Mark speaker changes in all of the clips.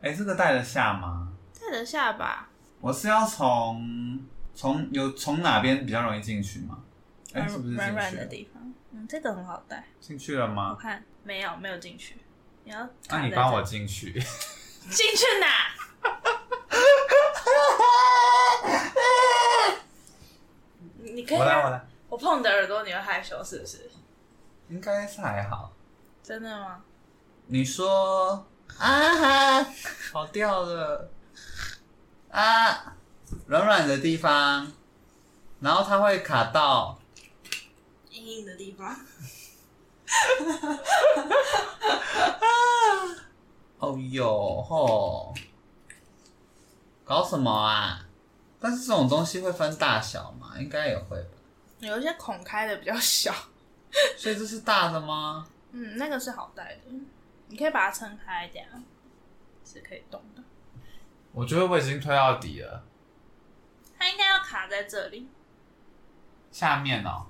Speaker 1: 哎，这个戴得下吗？
Speaker 2: 戴得下吧？
Speaker 1: 我是要从从有从哪边比较容易进去吗？哎，
Speaker 2: 软
Speaker 1: 是不是进
Speaker 2: 软软的
Speaker 1: 去？
Speaker 2: 地方，嗯，这个很好戴。
Speaker 1: 进去了
Speaker 2: 我
Speaker 1: 吗？
Speaker 2: 看没有没有进去，你要
Speaker 1: 那、
Speaker 2: 卡
Speaker 1: 啊你
Speaker 2: 在
Speaker 1: 帮
Speaker 2: 这
Speaker 1: 我进去。
Speaker 2: 进去哪？你 你可以啊
Speaker 1: 我来，
Speaker 2: 让
Speaker 1: 我来。
Speaker 2: 我碰你的耳朵，你会害羞是不是？
Speaker 1: 应该是还好。
Speaker 2: 真的吗？
Speaker 1: 你说啊哈，跑掉了啊，软软的地方，然后它会卡到，
Speaker 2: 硬硬的地方，
Speaker 1: 哦哟吼，搞什么啊？但是这种东西会分大小嘛，应该也会吧。
Speaker 2: 有一些孔开的比较小，
Speaker 1: 所以这是大的吗？
Speaker 2: 嗯，那个是好戴的，你可以把它撑开一点啊，是可以动的。
Speaker 3: 我觉得我已经推到底了，
Speaker 2: 它应该要卡在这里，
Speaker 3: 下 面哦、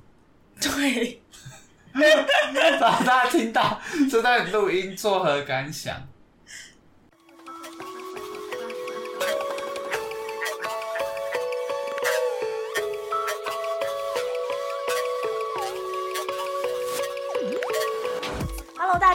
Speaker 2: 对，
Speaker 3: 大家听到这段录音作何感想？
Speaker 4: Hello，大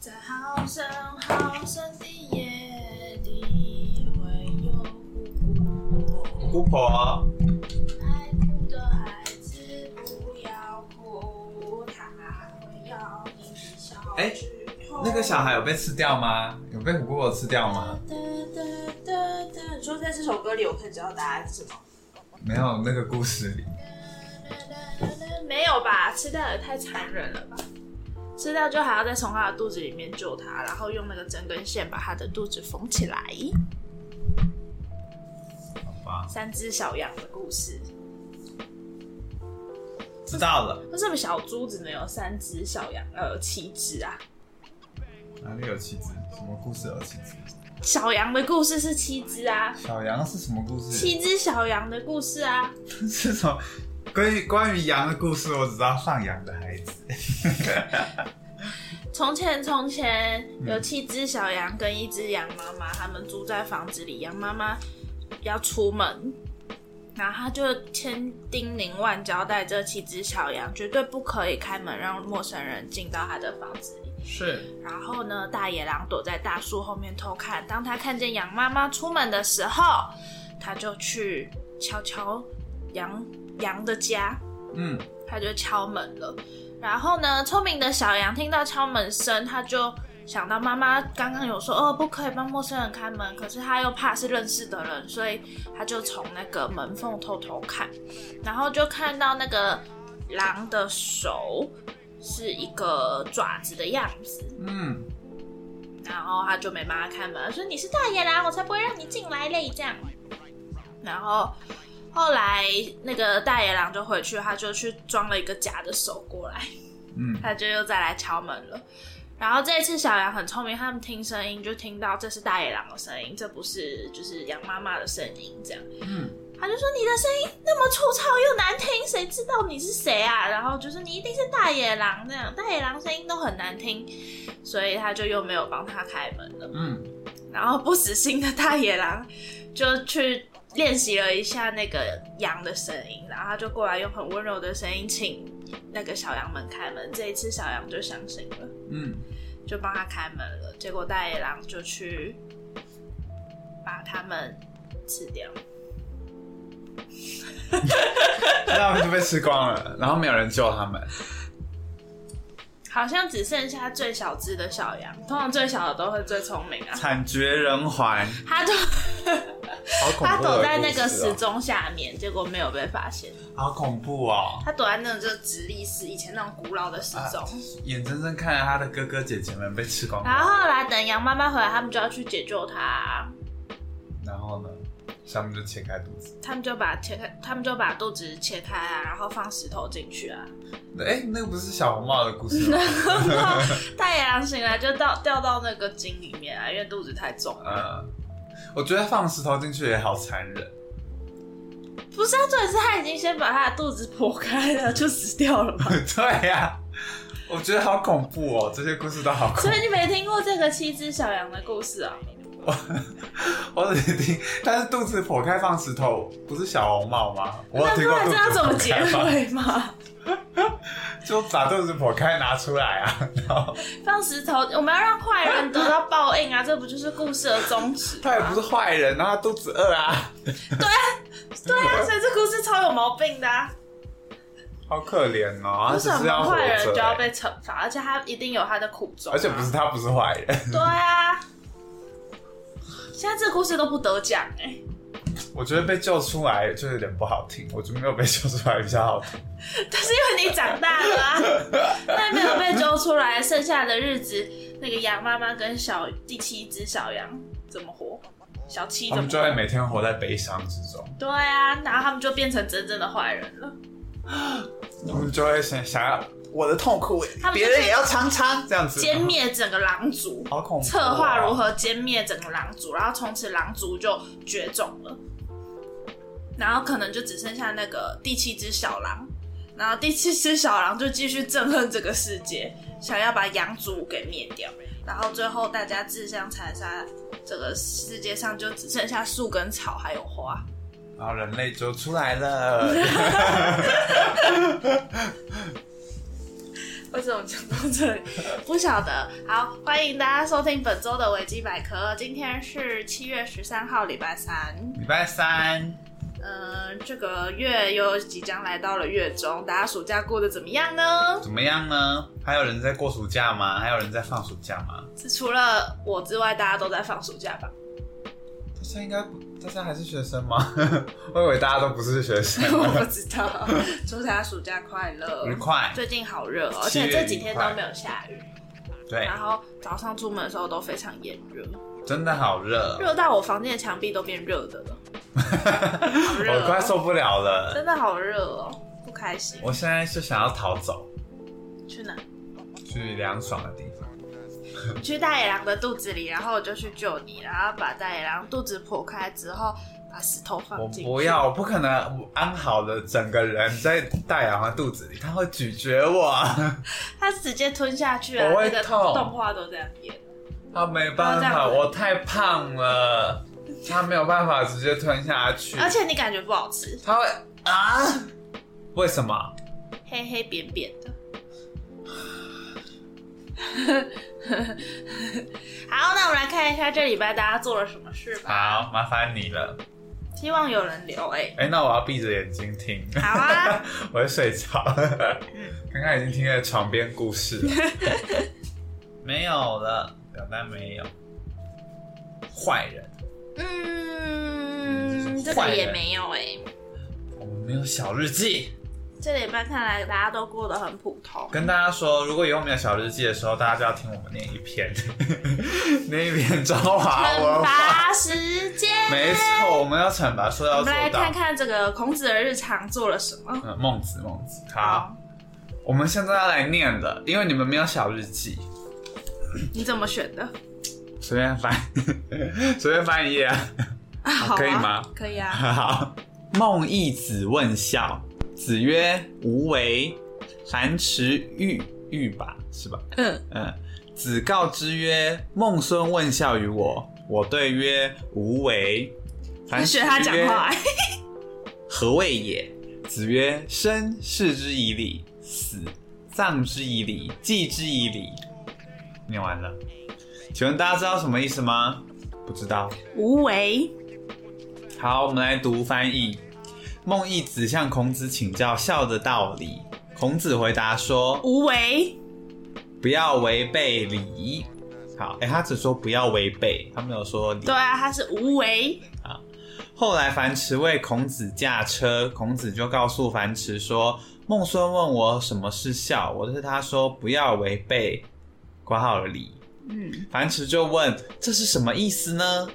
Speaker 2: 在好深好深的夜里，会有姑姑。
Speaker 3: 姑婆，
Speaker 2: 爱哭的孩子不要哭，他会要你笑。
Speaker 3: 哎那个小孩有被吃掉吗？有被虎姑婆吃掉吗？
Speaker 2: 哒哒哒哒，
Speaker 4: 说在这首歌里，我可以知道答案是什么？
Speaker 3: 没有，那个故事里，
Speaker 2: 没有吧？吃掉也太残忍了吧！吃掉就还要再从他的肚子里面救他，然后用那个针跟线把他的肚子缝起来。
Speaker 3: 好吧，
Speaker 2: 三只小羊的故事，
Speaker 3: 知道了。
Speaker 2: 为什么小猪只能有三只小羊？呃，七只啊？
Speaker 3: 哪里有妻子？什么故事有妻子？
Speaker 2: 小羊的故事是七只啊，
Speaker 3: 小羊是什么故事？
Speaker 2: 七只小羊的故事啊。
Speaker 3: 是什么？关于关于羊的故事，我只知道放羊的孩子。
Speaker 2: 从前，从前有七只小羊跟一只羊妈妈，他们住在房子里。羊妈妈要出门，然后他就千叮咛万交代这七只小羊绝对不可以开门让陌生人进到他的房子里。
Speaker 3: 是，
Speaker 2: 然后呢，大野狼躲在大树后面偷看。当他看见羊妈妈出门的时候，他就去敲敲羊羊的家。
Speaker 3: 嗯，
Speaker 2: 他就敲门了。然后呢，聪明的小羊听到敲门声，他就想到妈妈刚刚有说哦，不可以帮陌生人开门，可是他又怕是认识的人，所以他就从那个门缝偷偷看，然后就看到那个狼的手是一个爪子的样子，
Speaker 3: 嗯，
Speaker 2: 然后他就没帮他开门，他说你是大野狼，我才不会让你进来嘞，这样。然后后来那个大野狼就回去，他就去装了一个假的手过来，
Speaker 3: 嗯，
Speaker 2: 他就又再来敲门了。然后这一次小羊很聪明，他们听声音就听到这是大野狼的声音，这不是就是羊妈妈的声音，这样。
Speaker 3: 嗯，
Speaker 2: 他就说你的声音那么粗糙又难听，谁知道你是谁啊？然后就说你一定是大野狼这样，大野狼声音都很难听，所以他就又没有帮他开门了。
Speaker 3: 嗯，
Speaker 2: 然后不死心的大野狼 就去练习了一下那个羊的声音，然后他就过来用很温柔的声音请那个小羊们开门。这一次小羊就相信了，
Speaker 3: 嗯，
Speaker 2: 就帮他开门了。结果大野狼就去把他们吃掉。
Speaker 3: 那他们就被吃光了，然后没有人救他们。
Speaker 2: 好像只剩下最小只的小羊，通常最小的都会最聪明啊，
Speaker 1: 惨绝人寰，
Speaker 2: 它就
Speaker 3: 好恐怖
Speaker 2: 他
Speaker 3: 的
Speaker 2: 躲 在那个
Speaker 3: 故事
Speaker 2: 时
Speaker 3: 哦
Speaker 2: 钟下面，结果没有被发现。
Speaker 3: 好恐怖哦！
Speaker 2: 他躲在那种就是直立式，以前那种古老的时钟。
Speaker 3: 眼睁睁看着他的哥哥姐姐们被吃光
Speaker 2: 然
Speaker 3: 光，
Speaker 2: 后后来等羊妈妈回来，他们就要去解救他，
Speaker 3: 然后呢，他们就切开肚子。
Speaker 2: 他们就把切开，他们就把肚子切开啊，然后放石头进去啊。
Speaker 3: 哎、那个不是小红帽的故 事吗？
Speaker 2: 大野狼醒来就到掉到那个井里面啊，因为肚子太重了。
Speaker 3: 嗯，我觉得放石头进去也好残忍。
Speaker 2: 不是啊，重点是他已经先把他的肚子剖开了，就死掉 了嘛。
Speaker 3: 对呀、我觉得好恐怖哦，这些故事都好恐
Speaker 2: 所
Speaker 3: 怖
Speaker 2: 以。你没听过这个七只小羊的故事啊？
Speaker 3: 我只听，但是肚子剖开放石头，不是小红帽吗？我有
Speaker 2: 那不
Speaker 3: 听过
Speaker 2: 然
Speaker 3: 肚
Speaker 2: 这
Speaker 3: 子
Speaker 2: 要怎么
Speaker 3: 剖
Speaker 2: 结
Speaker 3: 开放，
Speaker 2: 尾嘛？
Speaker 3: 就把肚子剖开拿出来啊，然后
Speaker 2: 放石头， 我们要让坏人得到报应啊！这不就是故事的宗旨
Speaker 3: 他也不
Speaker 2: 吗？
Speaker 3: 是坏人，然后他肚子饿啊，
Speaker 2: 对啊，所以这故事超有毛病的、啊。
Speaker 3: 好可怜哦，他
Speaker 2: 为
Speaker 3: 只
Speaker 2: 什
Speaker 3: 是要
Speaker 2: 么
Speaker 3: 活
Speaker 2: 坏人
Speaker 3: 着、欸
Speaker 2: 就要被惩罚？而且他一定有他的苦衷、啊
Speaker 3: 而且不是。他不是坏人，
Speaker 2: 对啊，现在这故事都不得奖哎、
Speaker 3: 我觉得被救出来就有点不好听，我觉得没有被救出来比较好听。
Speaker 2: 但是因为你长大了 啊，那没有被揪出来，剩下的日子，那个羊妈妈跟小第七只小羊怎么活？小七
Speaker 3: 他
Speaker 2: 怎么
Speaker 3: 们就会
Speaker 2: 活？
Speaker 3: 每天活在悲伤之中，
Speaker 2: 对啊，然后他们就变成真正的坏人了。
Speaker 3: 他们就会想想要我的痛苦
Speaker 2: 嗯他，们就
Speaker 3: 别
Speaker 2: 是
Speaker 3: 人也要尝尝，这样子
Speaker 2: 歼灭整个狼族，
Speaker 3: 好恐怖、哦！
Speaker 2: 策划如？何歼灭整个狼族，然后从此狼族就绝种了，然后可能就只剩下那个第七只小狼，然后第七只小狼就继续憎恨这个世界，想要把羊族给灭掉，然后最后大家自相残杀，这个世界上就只剩下树跟草还有花。
Speaker 3: 然后人类就出来 了。
Speaker 2: 为什么讲到这里？不晓得。好，欢迎大家收听本周的维基百科。今天是七月十三号，礼拜三。
Speaker 3: 礼拜三，
Speaker 2: 嗯，这个月又即将来到了月中，大家暑假过得怎么样呢？
Speaker 3: 怎么样呢？还有人在过暑假吗？还有人在放暑假吗？
Speaker 2: 是除了我之外，大家都在放暑假吧？
Speaker 3: 大家应该不，大家还是学生吗？ 我以为大家都不是学生。
Speaker 2: 我不知道。祝大家暑假快 乐
Speaker 3: 愉！快，
Speaker 2: 最近好热哦，而
Speaker 3: 七
Speaker 2: 且
Speaker 3: 月
Speaker 2: 这几天
Speaker 3: 愉快
Speaker 2: 都没有下雨，
Speaker 3: 对
Speaker 2: 然，后早上出门的时候都非常炎热，
Speaker 3: 真的好热，
Speaker 2: 热到我房间的墙壁都变热的了，好热、哦，
Speaker 3: 我快受不了了。
Speaker 2: 真的好热哦，不开心。
Speaker 3: 我现在是想要逃走，
Speaker 2: 去哪？
Speaker 3: 去凉爽的地方。
Speaker 2: 你去大野狼的肚子里，然后我就去救你，然后把大野狼肚子剖开之后，把石头放
Speaker 3: 我
Speaker 2: 进去。
Speaker 3: 不要，我不可能安好的整个人在大洋的肚子里，它会咀嚼我，
Speaker 2: 他直接吞下去啊！
Speaker 3: 我会
Speaker 2: 那个
Speaker 3: 痛嗯
Speaker 2: 动画都这样演，
Speaker 3: 它没办法，
Speaker 2: 不要这样
Speaker 3: 我太胖了，它没有办法直接吞下去，
Speaker 2: 而且你感觉不好吃，
Speaker 3: 它会啊？为什么？
Speaker 2: 黑黑扁扁的。 好，那我们来看一下这礼拜大家做了什么事吧。
Speaker 3: 好，麻烦你了。
Speaker 2: 希望有人留哎、
Speaker 3: 哎、那我要闭着眼睛听，
Speaker 2: 好 啊，嗯
Speaker 3: 我会睡着。 刚刚已经听了床边故事了，没有了，表单没有。坏人，
Speaker 2: 嗯，这个也没有哎、
Speaker 3: 我们没有小日记。
Speaker 2: 这礼拜看来大家都过得很普通。
Speaker 3: 跟大家说，如果以后没有小日记的时候，大家就要听我们念一篇， 念一篇中华文
Speaker 2: 惩
Speaker 3: 化。
Speaker 2: 罚时间，
Speaker 3: 没错，我们要惩罚，说
Speaker 2: 我
Speaker 3: 到
Speaker 2: 们
Speaker 3: 做
Speaker 2: 来看
Speaker 3: 到。
Speaker 2: 看这个孔子的日常做了什么。
Speaker 3: 嗯，孟子，孟子，好，，我们现在要来念的，因为你们没有小日记，
Speaker 2: 你怎么选的？
Speaker 3: 随便翻， 随便翻一页、啊。
Speaker 2: 好啊
Speaker 3: 可以吗？
Speaker 2: 可以啊。
Speaker 3: 好， 孟懿子问孝，子曰：“无为。”樊迟玉玉吧，是吧？
Speaker 2: 嗯，
Speaker 3: 嗯。子告之曰：“孟孙问孝于我，我对曰：无为。”樊
Speaker 2: 你
Speaker 3: 迟
Speaker 2: 学他讲
Speaker 3: 曰
Speaker 2: 话、
Speaker 3: 何谓也？子曰：生视之以礼，死葬之以礼，祭之以礼。念完了，请问大家知道什么意思吗？不知道。
Speaker 2: 无为。
Speaker 3: 好，我们来读翻译。孟懿子向孔子请教孝的道理，孔子回答说
Speaker 2: 无为，：“
Speaker 3: 不要违背礼。”好，哎、他只说不要违背，他没有说礼
Speaker 2: 对。啊，他是无为。
Speaker 3: 后来樊迟为孔子驾车，孔子就告诉樊迟说：“孟孙问我什么是孝，我对他说不要违背括号礼。”
Speaker 2: 嗯，
Speaker 3: 樊迟就问：“这是什么意思呢？”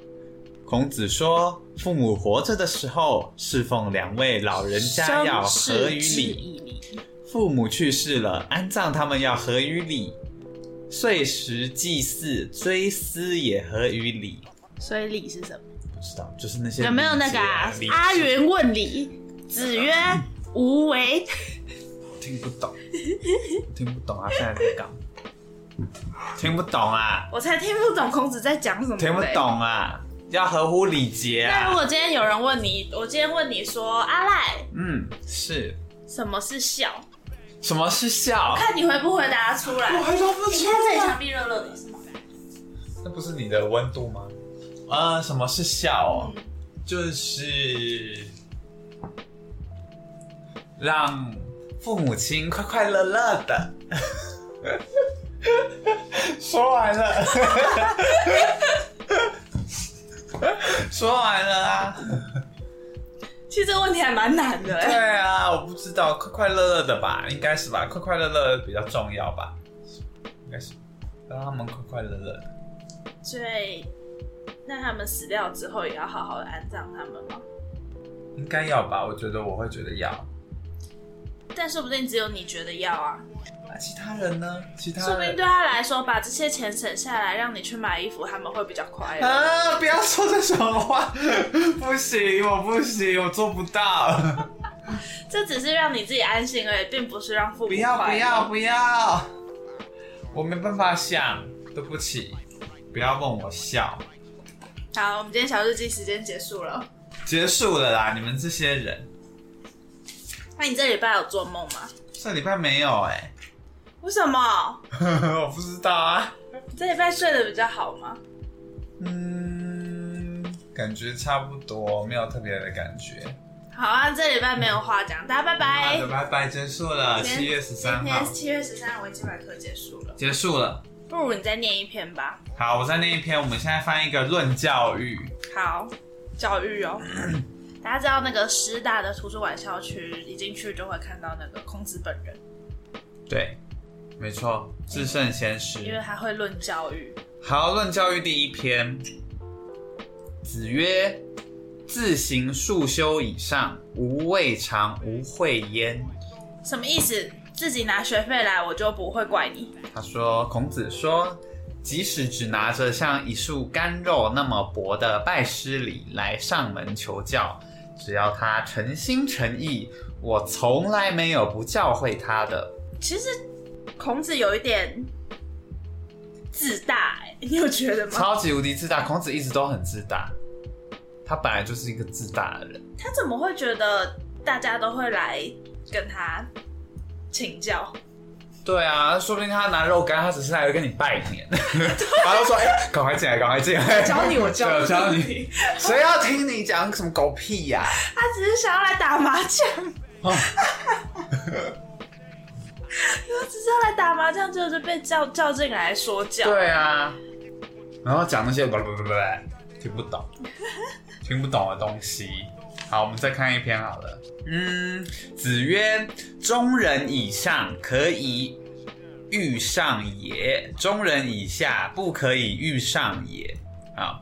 Speaker 3: 孔子说：“父母活着的时候，侍奉两位老人家要合于礼；
Speaker 2: 礼。
Speaker 3: 父母去世了，安葬他们要合于礼；岁时祭祀，追思也合于礼。
Speaker 2: 所以礼是什么？”
Speaker 3: 不知道，就是那些
Speaker 2: 有没有那
Speaker 3: 礼
Speaker 2: 个
Speaker 3: 节
Speaker 2: 啊
Speaker 3: 啊礼？
Speaker 2: 阿云问礼，子曰无为。
Speaker 3: 听不懂，听不懂啊！现在在搞， 听不懂啊，
Speaker 2: 我才听不懂孔子在讲什么。
Speaker 3: 听不。懂啊，要合乎礼节
Speaker 2: 那
Speaker 3: 啊。
Speaker 2: 如果今天有人问你，我今天问你说阿赖，
Speaker 3: 嗯，是
Speaker 2: 什么是孝？
Speaker 3: 什么是孝？
Speaker 2: 看你回不回答出来。
Speaker 3: 还说不
Speaker 4: 你看这里墙壁热热的，是吗？
Speaker 3: 那不是你的温度吗？呃，什么是孝哦？就是让父母亲快快乐乐的。 说完了， 说完了啊。
Speaker 2: 其实这问题还蛮难的、欸。
Speaker 3: 对啊，我不知道，快快乐乐的吧，应该是吧，快快乐乐比较重要吧，应该是让他们快快乐乐的。
Speaker 2: 所以，那他们死掉之后也要好好的安葬他们吗？
Speaker 3: 应该要吧，我觉得我会觉得要。啊
Speaker 2: 但说不定只有你觉得要啊，
Speaker 3: 那其他人呢？其他
Speaker 2: 说不定
Speaker 3: 人
Speaker 2: 对他来说，把这些钱省下来，让你去买衣服，他们会比较快乐。
Speaker 3: 啊！不要说这种话， 不行，我不行，我做不到。
Speaker 2: 这只是让你自己安心而已，并不是让父母
Speaker 3: 不要
Speaker 2: 快
Speaker 3: 不
Speaker 2: 乐
Speaker 3: 要不要，我没办法想，对不起，不要问我笑，
Speaker 2: 好，我们今天小日记时间结束了。
Speaker 3: 结束了啦，你们这些人，
Speaker 2: 那你这礼拜有做梦吗？
Speaker 3: 这礼拜没有哎、
Speaker 2: 为什么？
Speaker 3: 我不知道啊，
Speaker 2: 你这礼拜睡得比较好吗？
Speaker 3: 嗯，感觉差不多，没有特别的感觉。
Speaker 2: 好啊，这礼拜没有话讲，大家拜
Speaker 3: 好
Speaker 2: 拜
Speaker 3: 的，。拜拜，结束了，七月十三
Speaker 2: 哎今天
Speaker 3: 号
Speaker 2: 是七月十三，维基百科结束了。
Speaker 3: 结束了。
Speaker 2: 不如你再念一篇吧。
Speaker 3: 好，我在那一篇，我们现在翻一个论教育。
Speaker 2: 好，教育哦。大家知道那个师大的图书馆校区，一进去就会看到那个孔子本人，
Speaker 3: 对，没错，至圣先
Speaker 2: 因为
Speaker 3: 师。
Speaker 2: 他会论教育。
Speaker 3: 好，论教育第一篇。子曰：“自行数修以上，吾未尝无会焉。
Speaker 2: 什么意思？自己拿学费来，我就不会怪你。”
Speaker 3: 他说，孔子说，即使只拿着像一束干肉那么薄的拜师礼来上门求教，只要他诚心诚意，我从来没有不教诲他的。
Speaker 2: 其实孔子有一点自大、欸，你有觉得吗？
Speaker 3: 超级无敌自大，孔子一直都很自大，他本来就是一个自大的人。
Speaker 2: 他怎么会觉得大家都会来跟他请教？
Speaker 3: 对啊，说不定他拿肉干，他只是来跟你拜 年，然后说：“哎、赶快进来，赶快进来，
Speaker 2: 教你，我教
Speaker 3: 对
Speaker 2: 你，
Speaker 3: 我教你。”谁要听你讲什么狗屁呀、
Speaker 2: 他只是想要来打麻将。
Speaker 3: 哦
Speaker 2: 他只是要来打麻将，就是被叫叫进来说教。
Speaker 3: 对啊，然后讲那些不不不不听不懂，听不懂的东西。好，我们再看一篇好了。嗯，子曰：“中人以上可以欲上也，中人以下不可以欲上也。”好，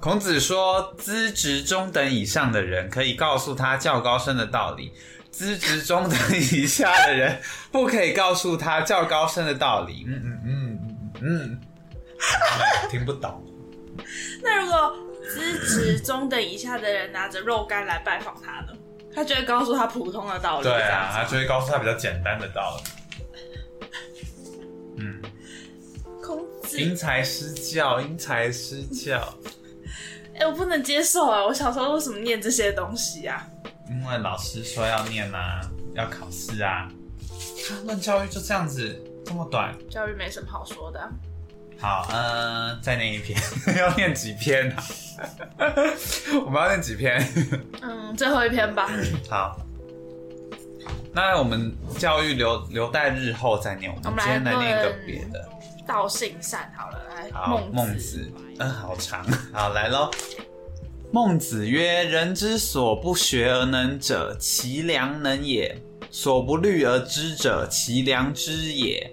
Speaker 3: 孔子说，资质中等以上的人可以告诉他较高深的道理，资质中等以下的人不可以告诉他较高深的道理。嗯嗯嗯嗯嗯嗯，听不懂。
Speaker 2: 那如果资质中等以下的人拿着肉干来拜访他呢？他就会告诉他普通的道理。
Speaker 3: 对
Speaker 2: 这
Speaker 3: 啊
Speaker 2: 样，
Speaker 3: 他就会告诉他比较简单的道理。嗯，
Speaker 2: 子，孔子
Speaker 3: 因材施教，因材施教，
Speaker 2: 哎、我不能接受啊！我小时候为什么念这些东西啊？
Speaker 3: 因为老师说要念啊，要考试啊。论教育就这样子，这么短。
Speaker 2: 教育没什么好说的啊、
Speaker 3: 好，嗯、呃，再念一篇， 要念几篇啊？ 我们要念几篇？
Speaker 2: 嗯，最后一篇吧。
Speaker 3: 好，那我们教育留留待日后再念，我
Speaker 2: 我
Speaker 3: 们
Speaker 2: 们
Speaker 3: 今天
Speaker 2: 来
Speaker 3: 来念一个
Speaker 2: 论
Speaker 3: 别的。
Speaker 2: 道性善好了，来
Speaker 3: 好，孟
Speaker 2: 子。
Speaker 3: 子，嗯，好长，好来喽。孟子曰：“人之所不学而能者，其良能也；所不虑而知者，其良知也。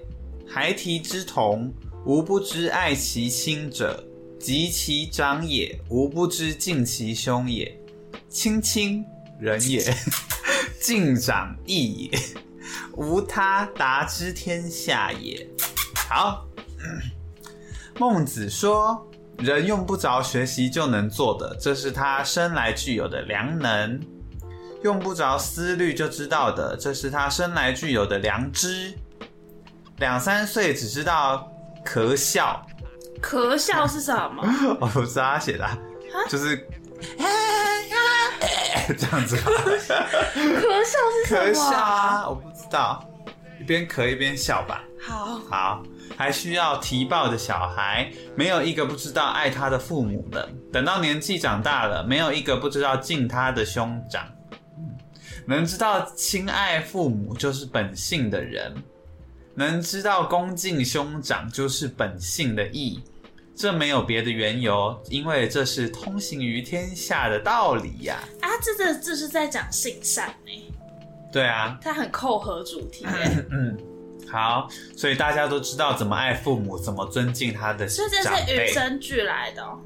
Speaker 3: 孩提之童，吾不知爱其亲者，及其长也；吾不知敬其兄也。亲亲，人也； 敬长，义也。无他达之天下也。”好，孟子说。人用不着学习就能做的，这是他生来具有的良能；用不着思虑就知道的，这是他生来具有的良知。两三岁只知道咳笑，
Speaker 2: 咳笑是什么？
Speaker 3: 我不知道他写的啊，就是这样子吧，
Speaker 2: 咳笑是什么？
Speaker 3: 咳笑啊，我不知道，一边咳一边笑吧。
Speaker 2: 好，
Speaker 3: 好，还需要提报的小孩，没有一个不知道爱他的父母的。等到年纪长大了，没有一个不知道敬他的兄长。嗯能知道亲爱父母就是本性的人，能知道恭敬兄长就是本性的义。这没有别的缘由，因为这是通行于天下的道理呀、
Speaker 2: 啊，这这这是在讲性善呢、
Speaker 3: 对啊，
Speaker 2: 它很扣合主题、欸
Speaker 3: 嗯，好，所以大家都知道怎么爱父母，怎么尊敬他的
Speaker 2: 所以这
Speaker 3: 长
Speaker 2: 是与
Speaker 3: 辈。
Speaker 2: 生俱来的、哦。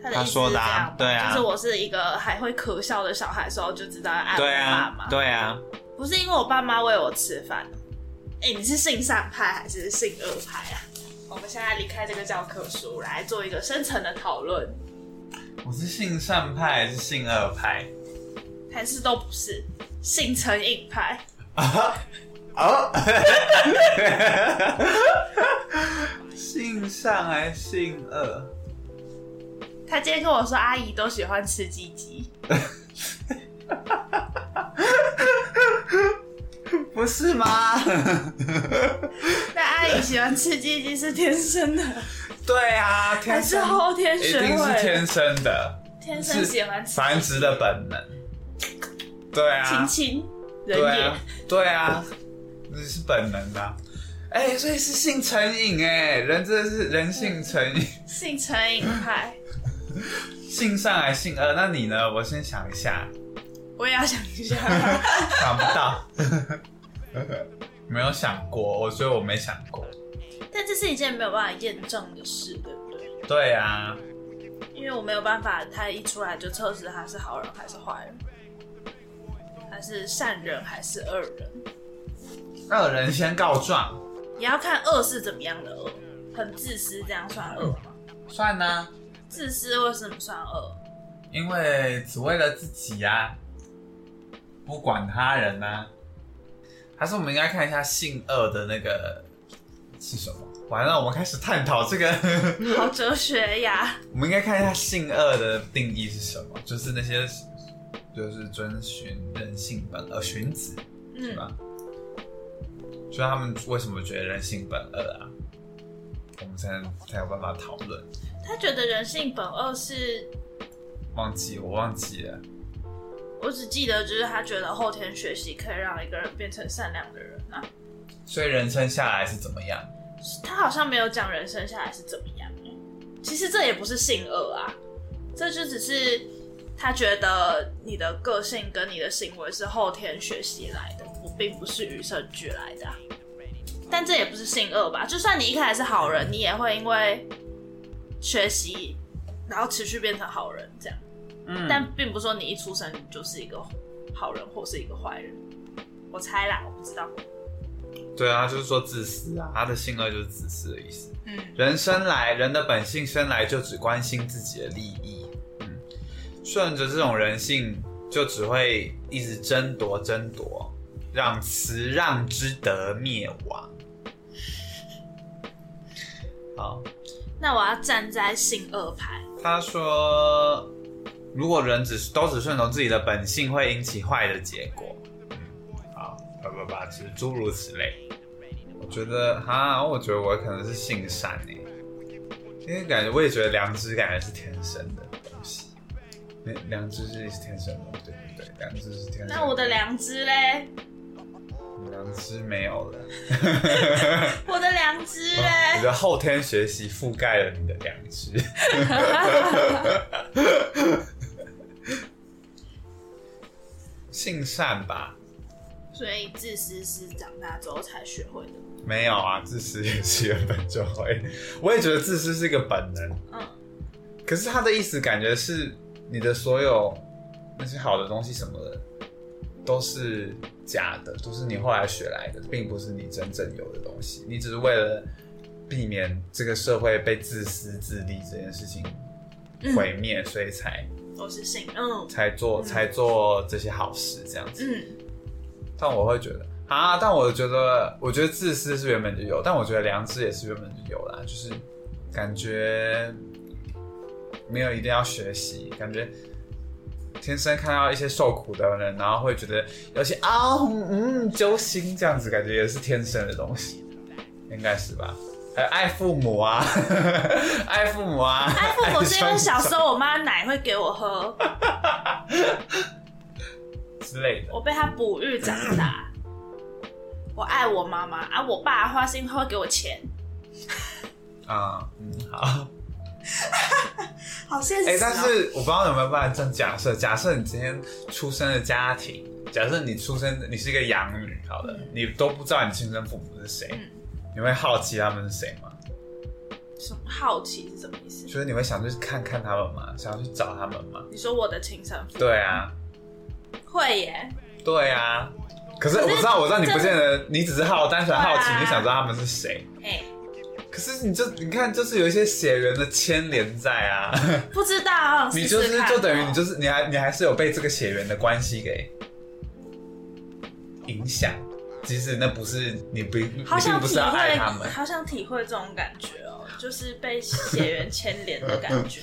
Speaker 2: 他的
Speaker 3: 他
Speaker 2: 意思
Speaker 3: 说
Speaker 2: 是
Speaker 3: 的
Speaker 2: 这
Speaker 3: 啊
Speaker 2: 样吗
Speaker 3: 对啊
Speaker 2: 就是我是一个还会咳笑的小孩的时候，就知道要爱
Speaker 3: 对
Speaker 2: 我爸
Speaker 3: 啊
Speaker 2: 妈、，
Speaker 3: 对啊，
Speaker 2: 不是因为我爸妈喂我吃饭。哎、你是性善派还是性恶派啊？我们现在离开这个教科书，来做一个深层的讨论，
Speaker 3: 我是性善派还是性恶派？
Speaker 2: 还是都不是性成瘾派？
Speaker 3: 哦，性善还是性恶？
Speaker 2: 他今天跟我说，阿姨都喜欢吃鸡鸡，
Speaker 3: 不是吗？
Speaker 2: 但阿姨喜欢吃鸡鸡是天生的，
Speaker 3: 对啊，
Speaker 2: 还
Speaker 3: 天
Speaker 2: 是
Speaker 3: 生
Speaker 2: 后天
Speaker 3: 一
Speaker 2: 学会
Speaker 3: 定是
Speaker 2: 的？
Speaker 3: 天生的，
Speaker 2: 天生喜欢吃
Speaker 3: 繁殖的本能。对啊
Speaker 2: 亲，亲人
Speaker 3: 对
Speaker 2: 也
Speaker 3: 啊，对啊，这是本能的、啊。哎、所以是性成瘾哎，人真的是人性成瘾，
Speaker 2: 性成瘾派，
Speaker 3: 性善还是性恶？呃那你呢？我先想一下。
Speaker 2: 我也要想 一下。
Speaker 3: 想不到，没有想过，我所以我没想过。
Speaker 2: 但这是一件没有办法验证的事，对不对？
Speaker 3: 对啊，
Speaker 2: 因为我没有办法，他一出来就测试他是好人还是坏人，他是善人还是恶人，
Speaker 3: 恶人先告状，
Speaker 2: 也要看恶是怎么样的恶，很自私这样算恶吗？
Speaker 3: 算呢、
Speaker 2: 自私为什么算恶？
Speaker 3: 因为只为了自己呀、不管他人呐、还是我们应该看一下性恶的那个是什么？完了，我们开始探讨这个。
Speaker 2: 好哲学呀！
Speaker 3: 我们应该看一下性恶的定义是什么，就是那些就是遵循人性本恶，荀子是
Speaker 2: 嗯，
Speaker 3: 吧？所以他们为什么觉得人性本恶啊？我们才能才有办法讨论。
Speaker 2: 他觉得人性本恶是，
Speaker 3: 忘记我忘记了，
Speaker 2: 我只记得就是他觉得后天学习可以让一个人变成善良的人啊。
Speaker 3: 所以人生下来是怎么样？
Speaker 2: 他好像没有讲人生下来是怎么样欸。其实这也不是性恶啊，这就只是他觉得你的个性跟你的行为是后天学习来的，不并不是与生俱来的啊、但这也不是性恶吧？就算你一开始是好人，你也会因为学习，然后持续变成好人这样。
Speaker 3: 嗯
Speaker 2: 但并不是说你一出生你就是一个好人或是一个坏人。我猜啦，我不知道。
Speaker 3: 对啊，就是说自私啊，他的性恶就是自私的意思。
Speaker 2: 嗯，
Speaker 3: 人生来，人的本性生来就只关心自己的利益，嗯，顺着这种人性，就只会一直争夺争夺，让慈让之德灭亡。好，
Speaker 2: 那我要站在性恶派。
Speaker 3: 他说，如果人只是都只顺从自己的本性，会引起坏的结果。嗯，好，叭叭叭，就是诸如此类。我觉得哈，我觉得我可能是性善诶，因为感觉我也觉得良知感觉是天生的东西。那良知是天生的，对不对？良知是天生的。
Speaker 2: 那我的良知嘞？
Speaker 3: 良知没有了，
Speaker 2: 我的良知
Speaker 3: 我
Speaker 2: 嘞？
Speaker 3: 的后天学习覆盖了你的良知。 性善吧？
Speaker 2: 所以自私是长大之后才学会的。
Speaker 3: 没有啊，自私也是原本就会。我也觉得自私是一个本能，
Speaker 2: 嗯，
Speaker 3: 可是他的意思感觉是你的所有那些好的东西什么的都是假的，都是你后来学来的，并不是你真正有的东西。你只是为了避免这个社会被自私自利这件事情毁灭，所以才
Speaker 2: 嗯我是性，嗯
Speaker 3: 才做
Speaker 2: 嗯
Speaker 3: 才做这些好事这样子。
Speaker 2: 嗯，
Speaker 3: 但我会觉得啊，但我觉得，我觉得自私是原本就有，但我觉得良知也是原本就有啦，就是感觉没有一定要学习，感觉天生看到一些受苦的人，然后会觉得有些啊，嗯，揪心这样子，感觉也是天生的东西，应该是吧？还有爱父母啊， 爱父母啊，
Speaker 2: 爱哎父母是因为小
Speaker 3: 兄
Speaker 2: 时候我妈奶会给我喝，
Speaker 3: 弟 之类的。
Speaker 2: 我被她哺育长大。我爱我妈妈啊，我爸的话是因为他会给我钱，
Speaker 3: 啊，嗯，好。
Speaker 2: 好现哦
Speaker 3: 哎、但是我不知道有没有办法这样假设，假设你今天出生的家庭，假设你出生你是一个养女，好的，你都不知道你亲生父母是谁，
Speaker 2: 嗯
Speaker 3: 你会好奇他们是谁吗？
Speaker 2: 什么好奇是什么意思？
Speaker 3: 就是你会想去看看他们吗？想要去找他们吗？
Speaker 2: 你说我的亲生父
Speaker 3: 对啊，
Speaker 2: 会耶，
Speaker 3: 对啊。可是我知道，我知道你不见得，你只是好单纯好奇，
Speaker 2: 对啊
Speaker 3: 你想知道他们是谁。
Speaker 2: 哎、
Speaker 3: 可是你就你看，就是有一些血缘的牵连在啊，
Speaker 2: 不知道，
Speaker 3: 你
Speaker 2: 试
Speaker 3: 就
Speaker 2: 试
Speaker 3: 是
Speaker 2: 看哦
Speaker 3: 就等于你就是你还你还是有被这个血缘的关系给影响，即使那不是你不你
Speaker 2: 好
Speaker 3: 并
Speaker 2: 想
Speaker 3: 不
Speaker 2: 体
Speaker 3: 是要爱他
Speaker 2: 会，
Speaker 3: 们，
Speaker 2: 好想体会这种感觉哦，就是被血缘牵连的感 觉。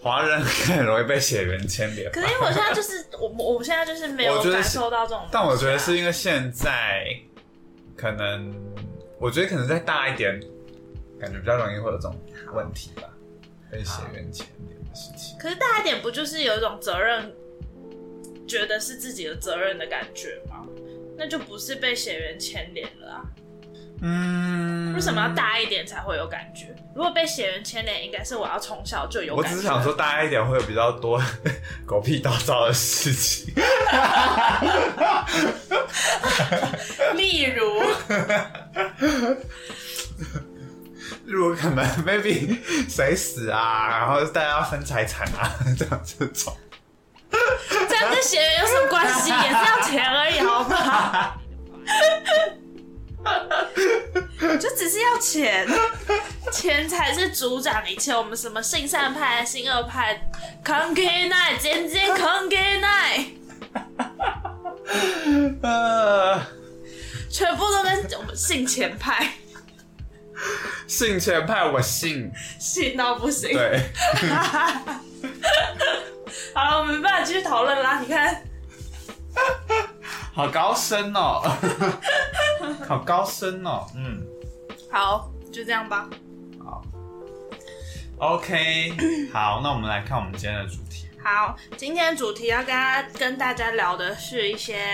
Speaker 3: 华人很容易被血缘牵连吧
Speaker 2: 可。是因为我现在就是我，我现在就是没有
Speaker 3: 我觉得
Speaker 2: 感
Speaker 3: 是
Speaker 2: 受到这种东西啊、
Speaker 3: 但我觉得是因为现在可能，我觉得可能再大一点，感觉比较容易会有这种问题吧，被血缘牵连的事情。
Speaker 2: 可是大一点不就是有一种责任，觉得是自己的责任的感觉吗？那就不是被血缘牵连了啊！
Speaker 3: 嗯，
Speaker 2: 为什么要？大一点才会有感觉？如果被血缘牵连，应该是我要从小就有
Speaker 3: 我
Speaker 2: 感
Speaker 3: 只
Speaker 2: 觉。
Speaker 3: 是想说，大一点会有比较多 狗屁倒灶的事情。
Speaker 2: 例如，
Speaker 3: 如果可能，maybe 谁死啊，然后大家要分财产啊， 这样这种。
Speaker 2: 这样跟血缘有什么关系？也是要钱而已，好不好？
Speaker 4: 就只是要钱，
Speaker 2: 钱才是主掌一切。我们什么性善派、性恶派，conquer night，尖尖 conquer night，
Speaker 3: 呃，
Speaker 2: 全部都跟我们性前派
Speaker 3: 信前派我信，
Speaker 2: 信到不行。
Speaker 3: 对，
Speaker 2: 好了，我们没办法继续讨论啦。你看，
Speaker 3: 好高深 哦，好高深哦，嗯
Speaker 2: 好，就这样吧。
Speaker 3: ，OK，好，那我们来看我们今天的主题。
Speaker 2: 好，今天主题要跟大家跟大家聊的是一些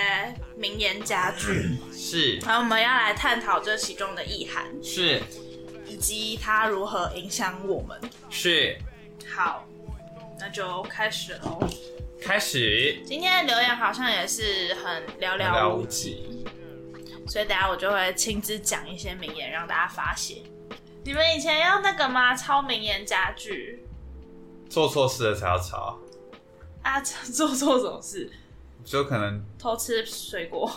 Speaker 2: 名言佳句，
Speaker 3: 是
Speaker 2: 然后我们要来探讨这其中的意涵，
Speaker 3: 是
Speaker 2: 以及它如何影响我们。
Speaker 3: 是，
Speaker 2: 好，那就开始喽。
Speaker 3: 开始
Speaker 2: 今天的留言好像也是很寥寥
Speaker 3: 了
Speaker 2: 无
Speaker 3: 无
Speaker 2: 几，
Speaker 3: 几，
Speaker 2: 所以等下我就会亲自讲一些名言让大家发泄。你们以前要那个吗？抄名言佳句
Speaker 3: 做错事了才要吵，
Speaker 2: 啊？做错什么事？
Speaker 3: 就可能
Speaker 2: 偷吃水果，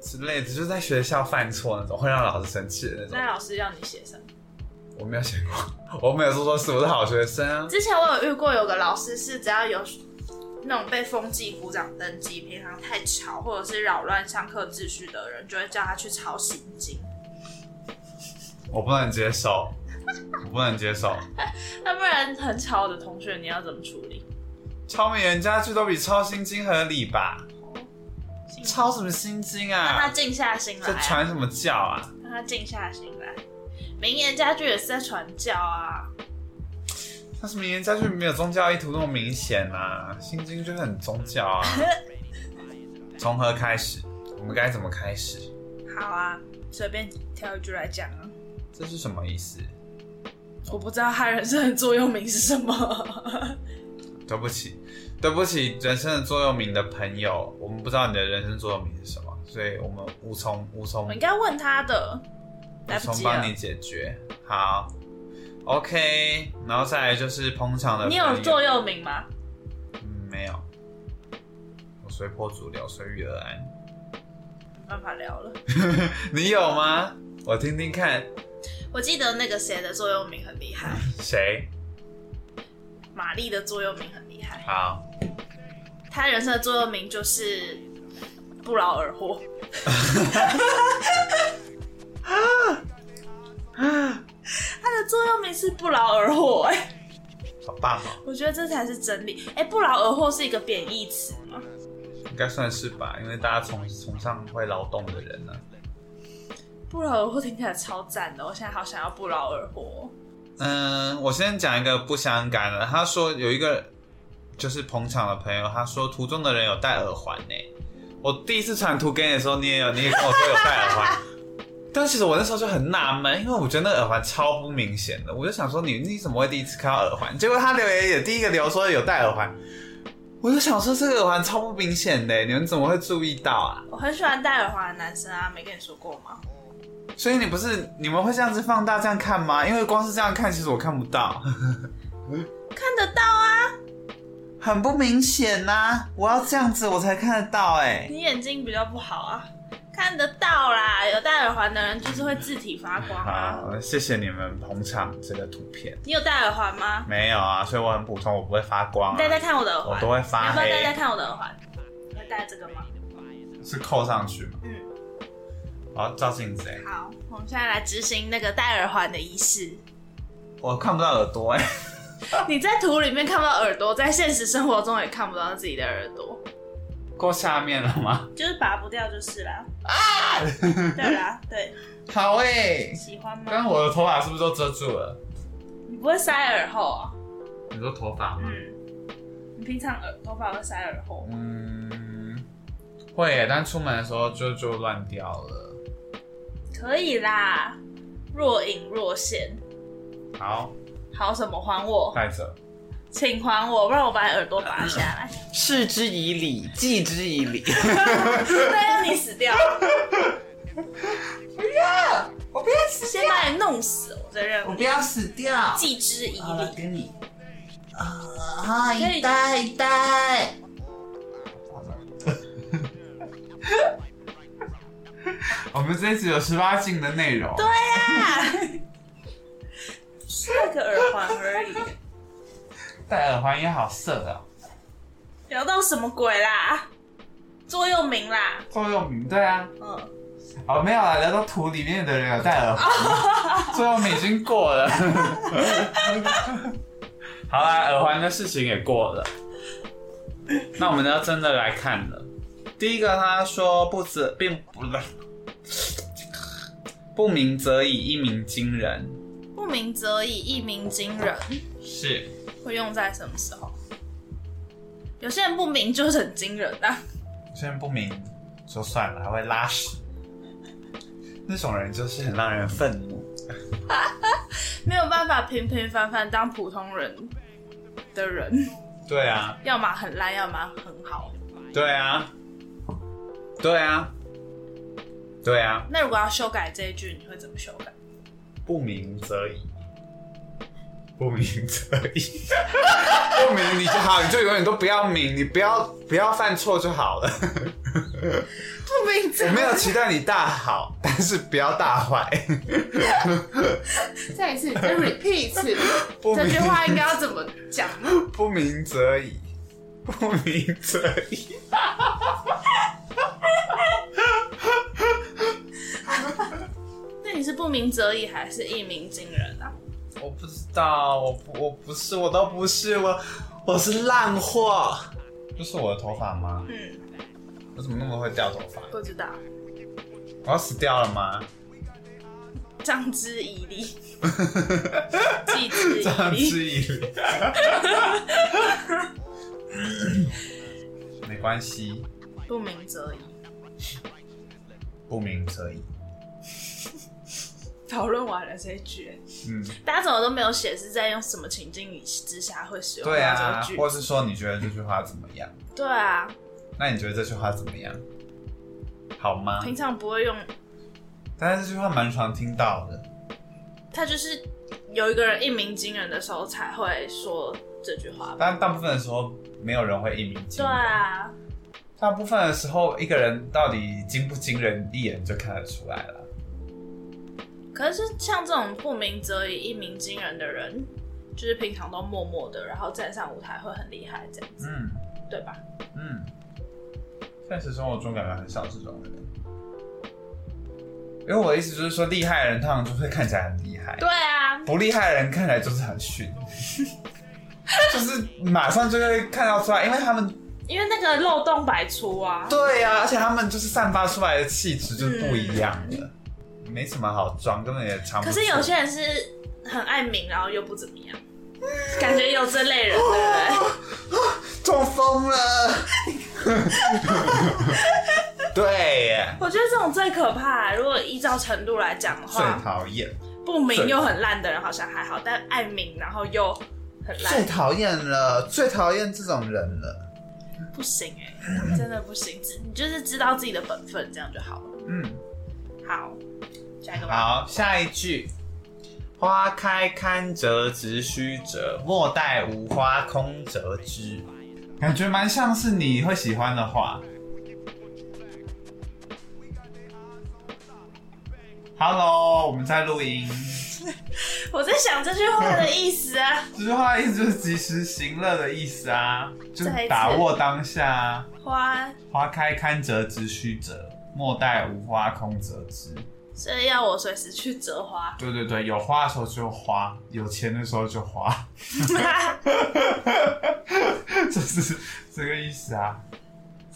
Speaker 3: 之类的，就是在学校犯错那种，会让老师生气的那种
Speaker 2: 那。老师要你写什么？
Speaker 3: 我没有写过，我 没有做错事，我是好学生啊。
Speaker 2: 之前我有遇过有个老师是只要有那种被风纪鼓掌登记，平常太吵或者是扰乱上课秩序的人，就会叫他去抄心经。
Speaker 3: 我不能接受，我不能接受。
Speaker 2: 那不然很吵的同学你要怎么处理？
Speaker 3: 抄美人家具都比抄心经合理吧？抄什么心经
Speaker 2: 让他
Speaker 3: 啊？
Speaker 2: 静下心来、
Speaker 3: 这
Speaker 2: 啊。
Speaker 3: 传什么教啊？
Speaker 2: 让他静下心来。名言佳句也是在传教啊，
Speaker 3: 但是名言家具没有宗教意图那么明显啊，心经就是很宗教啊。从何开始？我们该怎么开始？
Speaker 2: 好啊，随便挑一句来讲啊。
Speaker 3: 这是什么意思？
Speaker 2: 我不知道他人生的座右铭是什 么。
Speaker 3: 对不起，对不起，人生的座右铭的朋友，我们不知道你的人生座右铭是什么，所以我们无从无从
Speaker 2: 我应该问他的，来不
Speaker 3: 从
Speaker 2: 及啊了
Speaker 3: 帮。你解决。好，OK，然后再来就是捧场的朋
Speaker 2: 你
Speaker 3: 友。
Speaker 2: 有座右铭吗？
Speaker 3: 嗯，没有。我随波逐流，随遇而安。
Speaker 2: 没办法聊了。
Speaker 3: 你有吗？我听听看。
Speaker 2: 我记得那个谁的座右铭很厉害，
Speaker 3: 谁？
Speaker 2: 玛丽的座右铭很厉害。
Speaker 3: 好，
Speaker 2: 她人生的座右铭就是不劳而获。 她的座右铭是不劳而获、哎，
Speaker 3: 好棒哦，
Speaker 2: 我觉得这才是真理。哎、不劳而获是一个贬义词吗？
Speaker 3: 应该算是吧，因为大家崇崇尚会劳动的人呢、
Speaker 2: 不劳而获听起来超赞的，我现在好想要不劳而获。
Speaker 3: 嗯，我先讲一个不相干的。他说有一个就是捧场的朋友，他说图中的人有戴耳环呢、我第一次传图给你的时候，你也有，你也跟我说有戴耳环。但其实我那时候就很纳闷，因为我觉得那个耳环超不明显的，我就想说你你怎么会第一次看到耳环？结果他留言也第一个留说有戴耳环，我就想说这个耳环超不明显的、你们怎么会注意到啊？
Speaker 2: 我很喜欢戴耳环的男生啊，没跟你说过吗？
Speaker 3: 所以你不是你们会这样子放大这样看吗？因为光是这样看，其实我看不到。
Speaker 2: 看得到啊，
Speaker 3: 很不明显呐、我要这样子我才看得到哎、
Speaker 2: 你眼睛比较不好啊，看得到啦。有戴耳环的人就是会字体发光啊。
Speaker 3: 好，谢谢你们捧场这个图片。
Speaker 2: 你有戴耳环吗？
Speaker 3: 没有啊，所以我很普通，我不会发光、
Speaker 2: 你
Speaker 3: 啊。
Speaker 2: 戴戴看我的耳环，
Speaker 3: 我都会发
Speaker 2: 你要不
Speaker 3: 黑
Speaker 2: 要戴戴看我的耳环？你要戴这个吗？
Speaker 3: 是扣上去吗？
Speaker 2: 嗯，
Speaker 3: 我要照镜子哎、
Speaker 2: 好，我们现在来执行那个戴耳环的仪式。
Speaker 3: 我看不到耳朵哎、
Speaker 2: 你在图里面看不到耳朵，在现实生活中也看不到自己的耳朵，
Speaker 3: 够下面了吗？
Speaker 2: 就是拔不掉就是啦。 啊，对啦，对，
Speaker 3: 好哎、
Speaker 2: 喜欢
Speaker 3: 刚刚？我的头发是不是都遮住了？
Speaker 2: 你不会塞耳后啊？
Speaker 3: 你说头发吗？
Speaker 2: 嗯，你平常耳头发会塞耳后吗？
Speaker 3: 嗯，会、欸，但出门的时候就就乱掉了。
Speaker 2: 可以啦，若隐若现。
Speaker 3: 好，
Speaker 2: 好什么？还我，
Speaker 3: 带着。
Speaker 2: 请还我，不然我把你耳朵拔下来。
Speaker 3: 视之以理，记之以礼。
Speaker 2: 那要啊你死掉，
Speaker 3: 哎我不要死，
Speaker 2: 先把你弄死，我哎再认为
Speaker 3: 不要死掉。
Speaker 2: 记之以
Speaker 3: 好了，
Speaker 2: 礼。
Speaker 3: 给你。啊，
Speaker 2: 可以
Speaker 3: 一袋一袋。 我们这一集有十八禁的内容。对，
Speaker 2: 戴个耳环而已，
Speaker 3: 戴耳环也好色啊、
Speaker 2: 聊到什么鬼啦？座右铭啦，
Speaker 3: 座右铭对啊，
Speaker 2: 嗯，
Speaker 3: 哦没有啊，聊到图里面的人有戴耳环，座右铭已经过了。好啦，耳环的事情也过了，那我们要真的来看了。第一个他说不则并 不不鸣则已，一鸣惊人。
Speaker 2: 不鸣则已，一鸣惊人，
Speaker 3: 是，
Speaker 2: 会用在什么时候？有些人不鸣就是很惊人啊。
Speaker 3: 虽然不鸣就算了，还会拉屎，那种人就是很让人愤怒。
Speaker 2: 没有办法平平凡凡当普通人的人，
Speaker 3: 对啊，
Speaker 2: 要么很烂，要么很好。
Speaker 3: 对啊，对啊，对啊，
Speaker 2: 那如果要修改这一句，你会怎么修改？
Speaker 3: 不鸣则已，不鸣则已，不鸣你就好，你就永远都不要鸣，你不要不要犯错就好 了。
Speaker 2: 不明
Speaker 3: 我没有期待你大好，但是不要大坏。
Speaker 2: 再一次，你再 repeat 一次，
Speaker 3: 不
Speaker 2: 这
Speaker 3: 鸣
Speaker 2: 句话应该要怎么讲呢？
Speaker 3: 不鸣则已，不鸣则已。
Speaker 2: 那你是不鸣则已，还是一鸣惊人啊？
Speaker 3: 我不知道，我不我不是，我都不是，我我是烂货。这是我的头发吗？
Speaker 2: 嗯，
Speaker 3: 我怎么那么会掉头发？
Speaker 2: 不知道，
Speaker 3: 我要死掉了吗？
Speaker 2: 仗之以 理，记之
Speaker 3: 这样
Speaker 2: 以理。
Speaker 3: 之以理。 没关系，
Speaker 2: 不鸣则已，
Speaker 3: 不鸣则已。
Speaker 2: 讨论完了这一句，
Speaker 3: 嗯，
Speaker 2: 大家怎么都没有写是在用什么情境之下会使用
Speaker 3: 对
Speaker 2: 到
Speaker 3: 啊
Speaker 2: 这个，句？
Speaker 3: 或是说你觉得这句话怎么样？
Speaker 2: 对啊，
Speaker 3: 那你觉得这句话怎么样？好吗？
Speaker 2: 平常不会用，
Speaker 3: 但是这句话蛮常听到的，
Speaker 2: 他就是有一个人一鸣惊人的时候才会说这句话吧。
Speaker 3: 但大部分的时候没有人会一鸣惊
Speaker 2: 对
Speaker 3: 人。
Speaker 2: 啊，
Speaker 3: 大部分的时候，一个人到底惊不惊人，一眼就看得出来了。
Speaker 2: 可是像这种不鸣则已、一鸣惊人的人，就是平常都默默的，然后站上舞台会很厉害这样子，
Speaker 3: 嗯
Speaker 2: 对吧？
Speaker 3: 嗯，现实生活中感觉很少这种人。因为我的意思就是说，厉害的人通常就会看起来很厉害，
Speaker 2: 对啊，
Speaker 3: 不厉害的人看起来就是很逊，就是马上就会看到出来，因为他们
Speaker 2: 因为那个漏洞百出啊。
Speaker 3: 对呀、而且他们就是散发出来的气质就是不一样的，没什么好装，根本也藏不
Speaker 2: 嗯可
Speaker 3: 住。
Speaker 2: 是有些人是很爱名，然后又不怎么样，感觉有这类人，对不对？
Speaker 3: 啊中风了， 对耶，
Speaker 2: 我觉得这种最可怕。如果依照程度来讲的
Speaker 3: 最
Speaker 2: 话，
Speaker 3: 讨厌，
Speaker 2: 不明又很烂的人好像还好，但爱明然后又很
Speaker 3: 最
Speaker 2: 烂，
Speaker 3: 讨厌了，最讨厌这种人了。
Speaker 2: 不行哎、真的不行。只你就是知道自己的本分，这样就好了。
Speaker 3: 嗯，
Speaker 2: 好，下一个吧。
Speaker 3: 好，下一句。花开堪折直须折，莫待无花空折枝。感觉蛮像是你会喜欢的话。Hello，我们在录音。
Speaker 2: 我在想这句话的意思啊，
Speaker 3: 这句话的意思就是及时行乐的意思啊，就是
Speaker 2: 再一次
Speaker 3: 把握当下啊。
Speaker 2: 花，
Speaker 3: 花开堪折直须折，莫待无花空折枝。
Speaker 2: 所以要我随时去折花。
Speaker 3: 对对对，有花的时候就花，有钱的时候就花， 就是这个意思啊。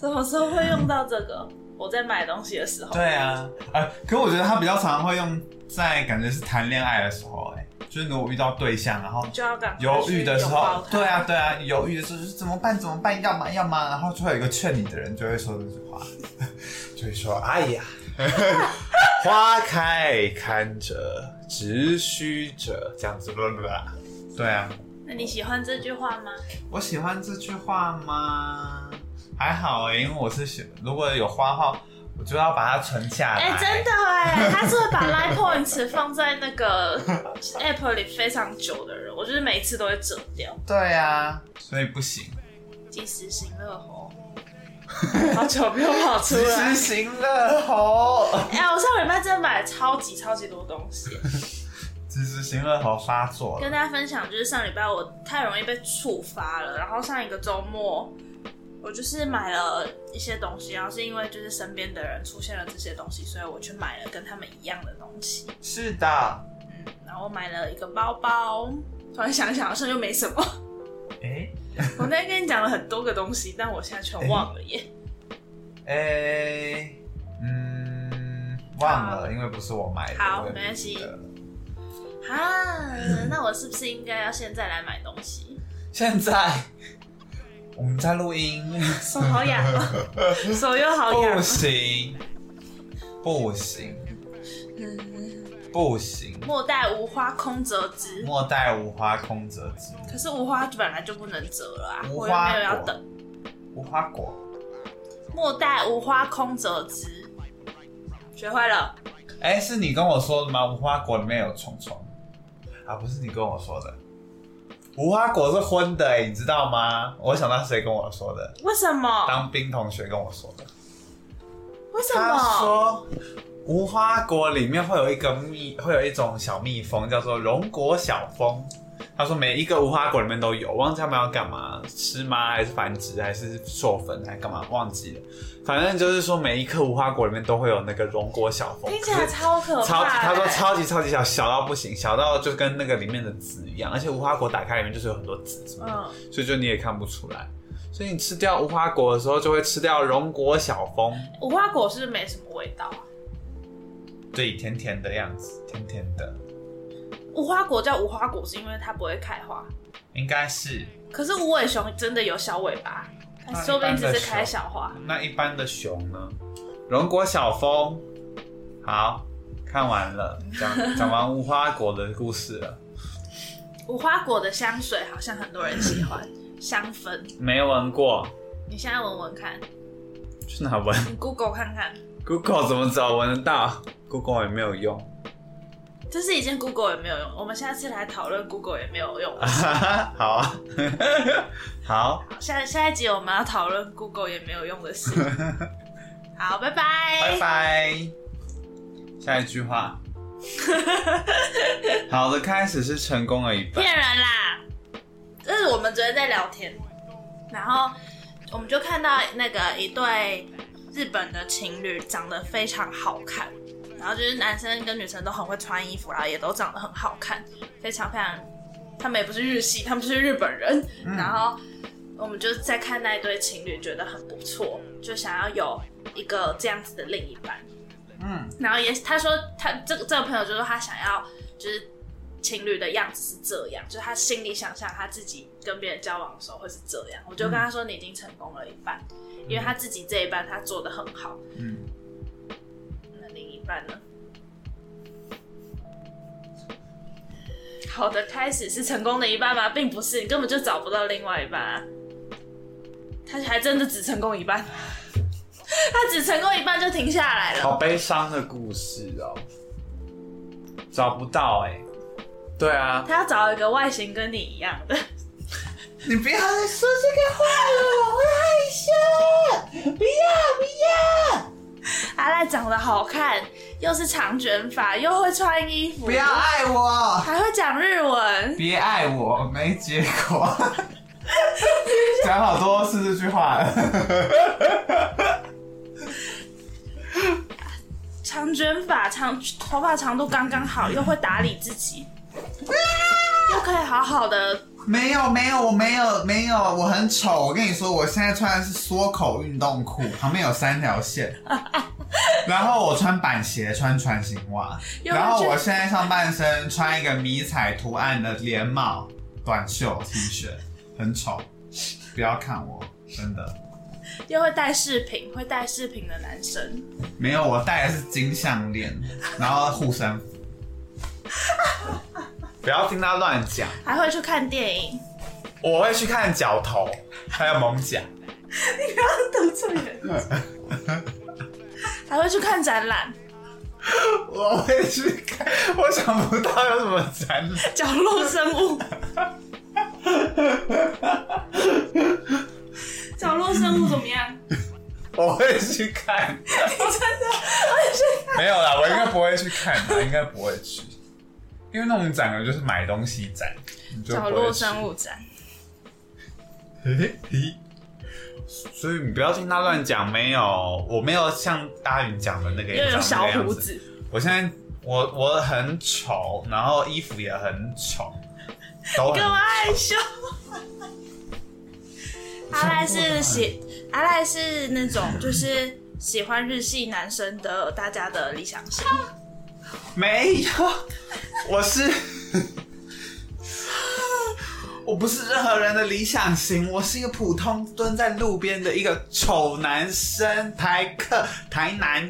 Speaker 2: 什么时候会用到这个？我在买东西的时候。
Speaker 3: 对啊，呃，可我觉得他比较常会用在感觉是谈恋爱的时候、欸，哎，就是如果遇到对象，然后
Speaker 2: 就要赶快
Speaker 3: 犹豫的时
Speaker 2: 去拥抱
Speaker 3: 候，
Speaker 2: 他
Speaker 3: 对啊，对啊，犹豫的时候就是怎么办怎么办，要吗要吗，然后就会有一个劝你的人就会说这句话， 就会说哎呀， 花开堪折直须折，这样子啦啦啦。对啊，
Speaker 2: 那你喜欢这句话吗？
Speaker 3: 我喜欢这句话吗？还好哎、因为我是喜，如果有花的话，我就要把它存下来。
Speaker 2: 哎、真的 哎、他是会把 Line Points 放在那个 App 里非常久的人，我就是每一次都会折掉，
Speaker 3: 对啊，所以不行。
Speaker 2: 及时行 乐活。好久没有跑出
Speaker 3: 及
Speaker 2: 来
Speaker 3: 时。行乐猴，
Speaker 2: 哎、我上礼拜真的买了超级超级多东西，
Speaker 3: 及时行乐猴发作了。
Speaker 2: 跟大家分享，就是上礼拜我太容易被触发了，然后上一个周末我就是买了一些东西，然后是因为就是身边的人出现了这些东西，所以我去买了跟他们一样的东西。
Speaker 3: 是的，
Speaker 2: 嗯，然后我买了一个包包，突然想一想好像又没什么。
Speaker 3: 哎、
Speaker 2: 我那天跟你讲了很多个东西，但我现在全忘了耶。
Speaker 3: 哎、嗯，忘了，因为不是我买的。
Speaker 2: 好
Speaker 3: 我也不
Speaker 2: 没关系
Speaker 3: 记得了
Speaker 2: 啊，那我是不是应该要现在来买东 西？
Speaker 3: 现在我们在录音，
Speaker 2: 手好痒哦， 手又好痒
Speaker 3: 不。行，不行，
Speaker 2: 嗯，
Speaker 3: 不行，
Speaker 2: 莫待无花空折枝，
Speaker 3: 莫待无花空折枝。
Speaker 2: 可是无花本来就不能折了啊，
Speaker 3: 无
Speaker 2: 我又没
Speaker 3: 花
Speaker 2: 有要
Speaker 3: 果
Speaker 2: 等。，
Speaker 3: 无花果，
Speaker 2: 莫待无花空折枝，学会了。
Speaker 3: 哎、是你跟我说的吗？无花果里面有虫虫啊？不是你跟我说的，无花果是荤的、哎，你知道吗？我想到谁跟我说的，
Speaker 2: 为什么？
Speaker 3: 当兵同学跟我说的。
Speaker 2: 为什
Speaker 3: 他
Speaker 2: 么？
Speaker 3: 说无花果里面会有一个蜜，会有一种小蜜蜂叫做荣果小蜂。他说每一个无花果里面都有，忘记他们要干嘛，吃吗？还是繁殖？还是授粉？还是干嘛？忘记了。反正就是说每一颗无花果里面都会有那个荣果小蜂。
Speaker 2: 听起来超可
Speaker 3: 超级，
Speaker 2: 怕、
Speaker 3: 他说
Speaker 2: 欸
Speaker 3: 超级超级小，小到不行，小到就跟那个里面的籽一样，而且无花果打开里面就是有很多籽什么的，
Speaker 2: 嗯
Speaker 3: 所以就你也看不出来。所以你吃掉无花果的时候，就会吃掉荣果小蜂，
Speaker 2: 无花果是不是没什么味道啊？
Speaker 3: 对，甜甜的样子，甜甜的，
Speaker 2: 无花果叫无花果是因为它不会开花，
Speaker 3: 应该是
Speaker 2: 可是无尾熊真的有小尾巴，它
Speaker 3: 那
Speaker 2: 说不定
Speaker 3: 一般
Speaker 2: 只
Speaker 3: 的
Speaker 2: 是开
Speaker 3: 熊
Speaker 2: 小花。
Speaker 3: 那一般的熊呢？荣果小蜂，好，看完了，讲讲完无花果的故事了。
Speaker 2: 无花果的香水好像很多人喜欢，香氛，
Speaker 3: 没闻过，
Speaker 2: 你现在闻闻看，
Speaker 3: 去哪闻
Speaker 2: 你 Google 看看，
Speaker 3: ？Google 怎么找闻得到？Google 也没有用。
Speaker 2: 这是一件 Google 也没有用，我们下次来讨论 Google 也没有用。
Speaker 3: 好啊，好，
Speaker 2: 好下下一集我们要讨论 Google 也没有用 的事。好，拜拜，
Speaker 3: 拜拜。下一句话，好的开始是成功了一半。
Speaker 2: 骗人啦！这是我们昨天在聊天，然后我们就看到那个一对日本的情侣长得非常好看，然后就是男生跟女生都很会穿衣服啦，也都长得很好看，非常非常。他们也不是日系，他们就是日本人。然后我们就在看那一对情侣，觉得很不错，就想要有一个这样子的另一半。
Speaker 3: 嗯，
Speaker 2: 然后也他说他这个这个朋友就说他想要就是情侣的样子是这样，就是他心里想象他自己跟别人交往的时候会是这样。我就跟他说你已经成功了一半，因为他自己这一半他做的很好。
Speaker 3: 嗯，
Speaker 2: 那另一半呢？好的开始是成功的一半吗？并不是，你根本就找不到另外一半、啊。他还真的只成功一半，他只成功一半就停下来了。
Speaker 3: 好悲伤的故事哦，找不到哎、对啊，
Speaker 2: 他要找一个外形跟你一样的。
Speaker 3: 你不要再说这个话了，我会害羞。不要
Speaker 2: 阿赖长得好看，又是长卷发，又会穿衣服，
Speaker 3: 不要不要爱我，
Speaker 2: 还会讲日文。
Speaker 3: 别爱我，没结 果。讲好多次这句话了，
Speaker 2: 长卷发，长头发长度刚刚好，又会打理自 己，又可以好好的。
Speaker 1: 没有没有，我没有没有，我很丑。我跟你说，我现在穿的是缩口运动裤，旁边有三条线，然后我穿板鞋，穿船型袜，
Speaker 2: 有没有
Speaker 1: 然后
Speaker 2: 觉得
Speaker 1: 我现在上半身穿一个迷彩图案的连帽、短袖 T 恤，很丑。不要看我，真的
Speaker 2: 又会戴饰品，会戴饰品的男生，
Speaker 1: 没有。我戴的是金项链，然后护身符。
Speaker 3: 不要听他乱讲。
Speaker 2: 还会去看电 影。
Speaker 3: 我会去看脚头，还有猛甲。
Speaker 2: 得罪人，还会去看展览，
Speaker 3: 我会去看，我想不到有什么展览。
Speaker 2: 角落生 物。角落生物怎么样？
Speaker 3: 我会去看，真的，我也是。没有啦，我应该不会去看啦，应该不会去，因为那种展览就是买东西展，你就
Speaker 2: 角
Speaker 3: 不会
Speaker 2: 落
Speaker 3: 去。
Speaker 2: 生物展。
Speaker 3: 嘿嘿所以你不要听他乱讲，没有，我没有像阿云讲的那个
Speaker 2: 又有
Speaker 3: 长那
Speaker 2: 小
Speaker 3: 个样
Speaker 2: 胡
Speaker 3: 子。
Speaker 2: 子，
Speaker 3: 我现在我我很丑，然后衣服也很丑，都很
Speaker 2: 干嘛 害羞？阿赖是喜，阿赖是那种就是喜欢日系男生的大家的理想型。
Speaker 3: 没有，我 是，我不是任何人的理想型，我是一个普通蹲在路边的一个丑男生，台客，台 男，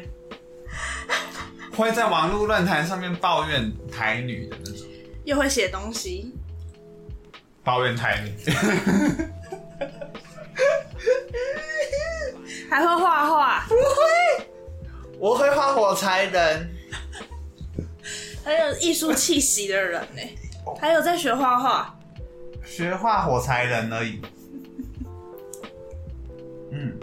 Speaker 3: 会在网络论坛上面抱怨台女的那种，
Speaker 2: 又会写东西，
Speaker 3: 抱怨台女，
Speaker 2: 还会画画，
Speaker 3: 我会画火柴人，
Speaker 2: 很有艺术气息的人呢、还有在学画画，
Speaker 3: 学画火柴人而已。嗯，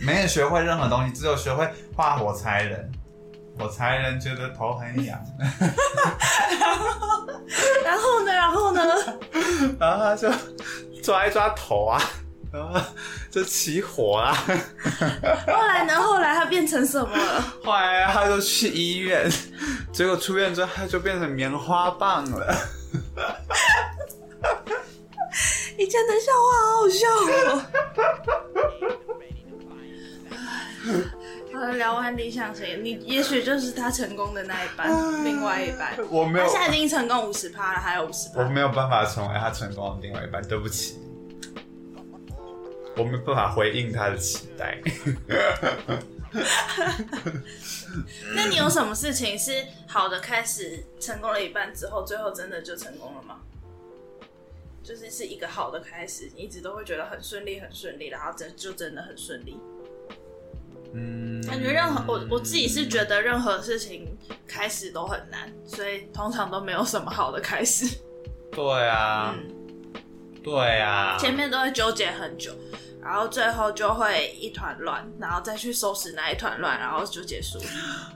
Speaker 3: 没有学会任何东西，只有学会画火柴人。火柴人觉得头很痒，
Speaker 2: 然后呢，然后呢，
Speaker 3: 然后他就抓一抓头啊，然后就起火啊啦、
Speaker 2: 后来呢，后来他变成什么了？
Speaker 3: 后来他就去医院，结果出院之后他就变成棉花棒了。
Speaker 2: 以前的笑话好好笑哦。好了，聊完理想型，你也许就是他成功的那一半，另外一半。
Speaker 3: 我没有
Speaker 2: 他，现在已经成功五十趴了，还有五十
Speaker 3: 我
Speaker 2: 趴。
Speaker 3: 没有办法成为他成功的另外一半，对不起，我没办法回应他的期待。
Speaker 2: 那你有什么事情是好的开始，成功了一半之后，最后真的就成功了吗？就是是一个好的开始，你一直都会觉得很顺利，很顺利，然后真就真的很顺利。
Speaker 3: 嗯，
Speaker 2: 感觉任何我我自己是觉得任何事情开始都很难，所以通常都没有什么好的开始。
Speaker 3: 对啊，
Speaker 2: 嗯，
Speaker 3: 对啊，
Speaker 2: 前面都会纠结很久，然后最后就会一团乱，然后再去收拾那一团乱，然后就 结束。
Speaker 3: 啊，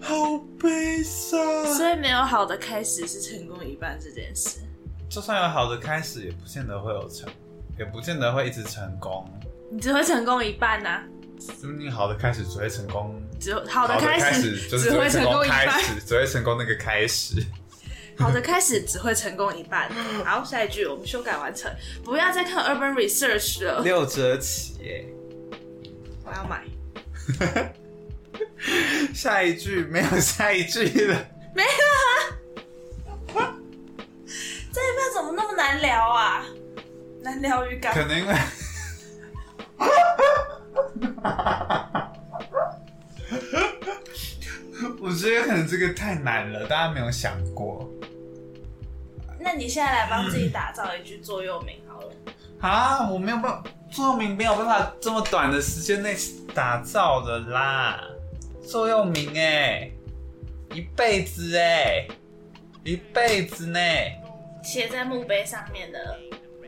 Speaker 3: 好悲伤。
Speaker 2: 所以没有好的开始是成功一半这件事。
Speaker 3: 就算有好的开始，也不见得会有成，也不见得会一直成功。
Speaker 2: 你只会成功一半呐、
Speaker 3: 说不定好的开始只会成功，
Speaker 2: 只好的开始
Speaker 3: 就是只
Speaker 2: 只会
Speaker 3: 会
Speaker 2: 成
Speaker 3: 成
Speaker 2: 功
Speaker 3: 功
Speaker 2: 一
Speaker 3: 开
Speaker 2: 半，
Speaker 3: 始，只会成功那个开始。
Speaker 2: 好的开始只会成功一半。好，下一句我们修改完成，不要再看 Urban Research 了，
Speaker 3: 六折起耶，
Speaker 2: 我要买。
Speaker 3: 下一句没有下一句了。
Speaker 2: 啊
Speaker 4: 这一半怎么那么难聊啊？难聊与感
Speaker 3: 可能因为， 我觉得可能这个太难了，大家没有想过
Speaker 4: 那你现在来帮自己打造一句座右铭好了。
Speaker 3: 啊！我没有办法，座右铭没有办法这么短的时间内打造的啦。座右铭哎、一辈子哎、一辈子呢、
Speaker 2: 写在墓碑上面的